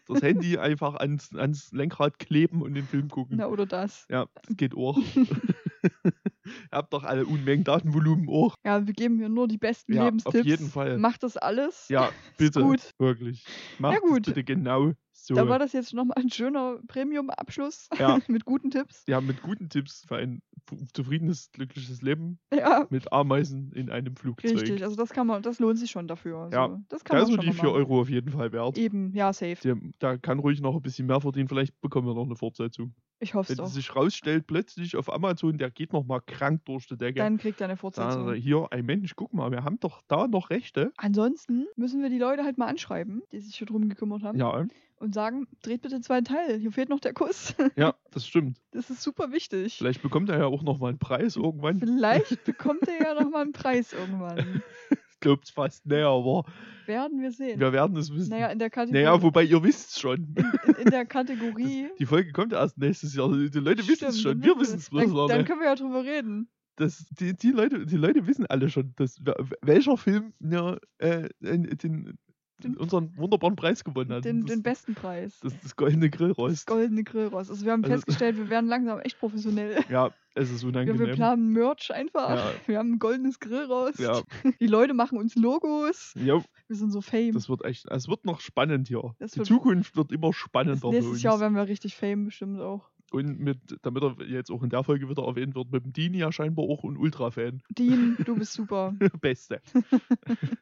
[SPEAKER 2] Das Handy einfach ans, ans Lenkrad kleben und den Film gucken.
[SPEAKER 1] Na, oder das.
[SPEAKER 2] Ja, das geht auch. Ihr habt doch alle Unmengen Datenvolumen auch.
[SPEAKER 1] Ja, wir geben hier nur die besten
[SPEAKER 2] Ja, auf
[SPEAKER 1] Lebenstipps.
[SPEAKER 2] jeden Fall.
[SPEAKER 1] Macht das alles.
[SPEAKER 2] Ja, bitte.
[SPEAKER 1] gut.
[SPEAKER 2] Wirklich. Macht das
[SPEAKER 1] gut.
[SPEAKER 2] bitte genau so.
[SPEAKER 1] Da war das jetzt nochmal ein schöner Premium-Abschluss
[SPEAKER 2] Ja.
[SPEAKER 1] mit guten Tipps.
[SPEAKER 2] ja, mit guten Tipps für ein fu- zufriedenes, glückliches Leben
[SPEAKER 1] Ja,
[SPEAKER 2] mit Ameisen in einem Flugzeug.
[SPEAKER 1] richtig. Also das kann man, das lohnt sich schon dafür. Also,
[SPEAKER 2] Ja,
[SPEAKER 1] das kann man
[SPEAKER 2] Da ist so
[SPEAKER 1] schon
[SPEAKER 2] die
[SPEAKER 1] mal
[SPEAKER 2] 4
[SPEAKER 1] machen.
[SPEAKER 2] Euro auf jeden Fall wert.
[SPEAKER 1] Eben, ja, safe.
[SPEAKER 2] Der, da kann ruhig noch ein bisschen mehr verdienen. Vielleicht bekommen wir noch eine Fortsetzung.
[SPEAKER 1] Ich hoffe
[SPEAKER 2] Wenn
[SPEAKER 1] es
[SPEAKER 2] es
[SPEAKER 1] doch.
[SPEAKER 2] sich rausstellt, plötzlich auf Amazon, der geht noch mal krank durch die Decke.
[SPEAKER 1] Dann kriegt er eine
[SPEAKER 2] Dann,
[SPEAKER 1] Fortsetzung.
[SPEAKER 2] äh, hier, ein Mensch, guck mal, wir haben doch da noch Rechte.
[SPEAKER 1] Ansonsten müssen wir die Leute halt mal anschreiben, die sich hier drum gekümmert haben,
[SPEAKER 2] Ja,
[SPEAKER 1] und sagen, dreht bitte einen zweiten Teil, hier fehlt noch der Kuss.
[SPEAKER 2] ja, das stimmt.
[SPEAKER 1] Das ist super wichtig.
[SPEAKER 2] Vielleicht bekommt er ja auch noch mal einen Preis irgendwann.
[SPEAKER 1] Vielleicht bekommt er ja nochmal einen Preis irgendwann.
[SPEAKER 2] Ich glaub's fast. Naja, aber
[SPEAKER 1] Werden wir sehen.
[SPEAKER 2] wir werden es wissen.
[SPEAKER 1] Genau. naja, in der Kategorie.
[SPEAKER 2] naja, wobei ihr wisst's schon.
[SPEAKER 1] in, in der Kategorie.
[SPEAKER 2] Die Folge kommt ja erst nächstes Jahr. Die Leute wissen es
[SPEAKER 1] Stimmt,
[SPEAKER 2] schon.
[SPEAKER 1] ne?
[SPEAKER 2] Wir wissen es bloß
[SPEAKER 1] dann,
[SPEAKER 2] noch
[SPEAKER 1] dann
[SPEAKER 2] nicht.
[SPEAKER 1] können wir ja drüber reden.
[SPEAKER 2] Das, die, die, Leute, die Leute wissen alle schon, dass, wer- welcher Film ja, äh, den, den,
[SPEAKER 1] Den-
[SPEAKER 2] unseren wunderbaren Preis gewonnen hat.
[SPEAKER 1] Den,
[SPEAKER 2] Also das,
[SPEAKER 1] den besten Preis.
[SPEAKER 2] das, das goldene
[SPEAKER 1] Das
[SPEAKER 2] Grillrost.
[SPEAKER 1] goldene Grillrost. Also wir haben
[SPEAKER 2] Also-
[SPEAKER 1] festgestellt, wir werden langsam echt professionell.
[SPEAKER 2] Ja, es ist
[SPEAKER 1] Wir, wir
[SPEAKER 2] unangenehm.
[SPEAKER 1] planen Merch einfach.
[SPEAKER 2] Ja.
[SPEAKER 1] Wir haben ein goldenes Grillrost.
[SPEAKER 2] ja,
[SPEAKER 1] Die Leute machen uns Logos.
[SPEAKER 2] ja,
[SPEAKER 1] Wir sind so fame.
[SPEAKER 2] das wird echt, es wird noch spannend hier.
[SPEAKER 1] Das
[SPEAKER 2] die
[SPEAKER 1] wird-
[SPEAKER 2] Zukunft wird immer spannender
[SPEAKER 1] Nächstes Jahr werden wir richtig fame bestimmt auch.
[SPEAKER 2] und mit, damit er jetzt auch in der Folge wieder erwähnt wird, mit dem Dean ja scheinbar auch ein Ultra-Fan.
[SPEAKER 1] Dean, du bist super.
[SPEAKER 2] Beste.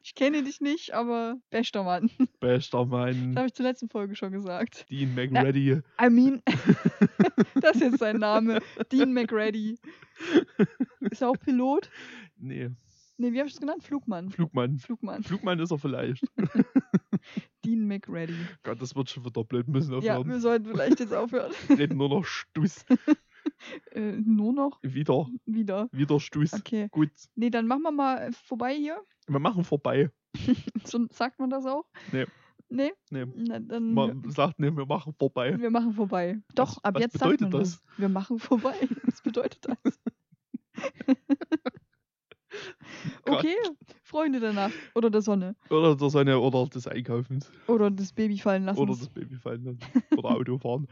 [SPEAKER 1] Ich kenne dich nicht, aber bester
[SPEAKER 2] Hm.
[SPEAKER 1] Mann.
[SPEAKER 2] Bester
[SPEAKER 1] Das
[SPEAKER 2] Mann.
[SPEAKER 1] habe ich zur letzten Folge schon gesagt.
[SPEAKER 2] Dean McReady.
[SPEAKER 1] I mean, das ist jetzt sein Name. Dean McReady. Ist er auch Pilot?
[SPEAKER 2] Nee,
[SPEAKER 1] Ne, wie habe ich es genannt? Flugmann.
[SPEAKER 2] Flugmann.
[SPEAKER 1] Flugmann.
[SPEAKER 2] Flugmann ist er vielleicht.
[SPEAKER 1] Dean McReady.
[SPEAKER 2] Gott, das wird schon wieder blöd müssen
[SPEAKER 1] Ja,
[SPEAKER 2] aufhören.
[SPEAKER 1] wir sollten vielleicht jetzt aufhören.
[SPEAKER 2] Wir reden nur noch Stuss.
[SPEAKER 1] Äh, nur noch
[SPEAKER 2] Wieder,
[SPEAKER 1] wieder.
[SPEAKER 2] wieder Stuss.
[SPEAKER 1] Okay.
[SPEAKER 2] Gut,
[SPEAKER 1] Nee, dann machen wir mal äh, vorbei hier.
[SPEAKER 2] wir machen vorbei.
[SPEAKER 1] So sagt man das auch?
[SPEAKER 2] Nee.
[SPEAKER 1] Nee?
[SPEAKER 2] Nee.
[SPEAKER 1] Na, dann
[SPEAKER 2] Man sagt, nee, wir machen vorbei.
[SPEAKER 1] wir machen vorbei. Doch,
[SPEAKER 2] Was-
[SPEAKER 1] ab
[SPEAKER 2] was
[SPEAKER 1] jetzt sagt man
[SPEAKER 2] bedeutet das?
[SPEAKER 1] Wir machen vorbei. Was bedeutet das? okay, Freunde der Nacht oder der Sonne
[SPEAKER 2] Oder das eine, oder des Einkaufens.
[SPEAKER 1] oder das Baby fallen lassen.
[SPEAKER 2] Oder das Babyfallen. lassen. Oder Autofahren.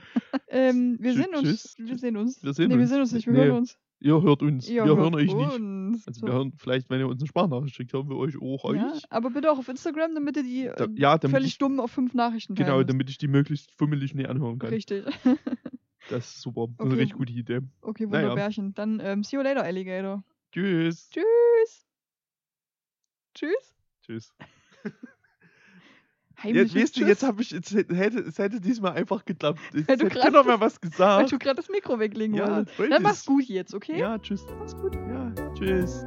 [SPEAKER 1] ähm, wir
[SPEAKER 2] Tschü-
[SPEAKER 1] sehen uns.
[SPEAKER 2] tschüss.
[SPEAKER 1] Wir sehen uns.
[SPEAKER 2] Wir sehen
[SPEAKER 1] nee, wir
[SPEAKER 2] uns.
[SPEAKER 1] sehen uns nicht. Wir
[SPEAKER 2] Nee.
[SPEAKER 1] hören uns.
[SPEAKER 2] Ihr hört uns.
[SPEAKER 1] Ihr
[SPEAKER 2] wir
[SPEAKER 1] hört
[SPEAKER 2] hören euch nicht.
[SPEAKER 1] uns.
[SPEAKER 2] Also
[SPEAKER 1] So.
[SPEAKER 2] wir hören vielleicht, wenn ihr uns eine Sprachnachricht schickt, hören wir euch auch
[SPEAKER 1] ja,
[SPEAKER 2] euch.
[SPEAKER 1] aber bitte auch auf Instagram, damit ihr die
[SPEAKER 2] Da,
[SPEAKER 1] äh,
[SPEAKER 2] ja, damit
[SPEAKER 1] völlig
[SPEAKER 2] ich,
[SPEAKER 1] dumm auf fünf Nachrichten
[SPEAKER 2] genau,
[SPEAKER 1] teilen müsst.
[SPEAKER 2] damit ich die möglichst fummelig nicht anhören kann.
[SPEAKER 1] Richtig.
[SPEAKER 2] Das ist super. Das ist
[SPEAKER 1] Okay.
[SPEAKER 2] eine richtig gute Idee.
[SPEAKER 1] Okay,
[SPEAKER 2] Naja.
[SPEAKER 1] Wunderbärchen. Dann ähm, see you later, Alligator.
[SPEAKER 2] Tschüss.
[SPEAKER 1] Tschüss. Tschüss.
[SPEAKER 2] Tschüss. Jetzt,
[SPEAKER 1] Heimliches
[SPEAKER 2] weißt du,
[SPEAKER 1] Tschüss,
[SPEAKER 2] jetzt habe ich, jetzt hätte, es hätte diesmal einfach geklappt. Jetzt
[SPEAKER 1] Weil du
[SPEAKER 2] hätte
[SPEAKER 1] grad
[SPEAKER 2] keiner mehr was
[SPEAKER 1] weil
[SPEAKER 2] gesagt.
[SPEAKER 1] du gerade das Mikro weglegen
[SPEAKER 2] Ja,
[SPEAKER 1] wolltest.
[SPEAKER 2] wollte
[SPEAKER 1] Dann mach's
[SPEAKER 2] ich.
[SPEAKER 1] gut jetzt, okay?
[SPEAKER 2] Ja, tschüss.
[SPEAKER 1] Mach's gut.
[SPEAKER 2] Ja, tschüss.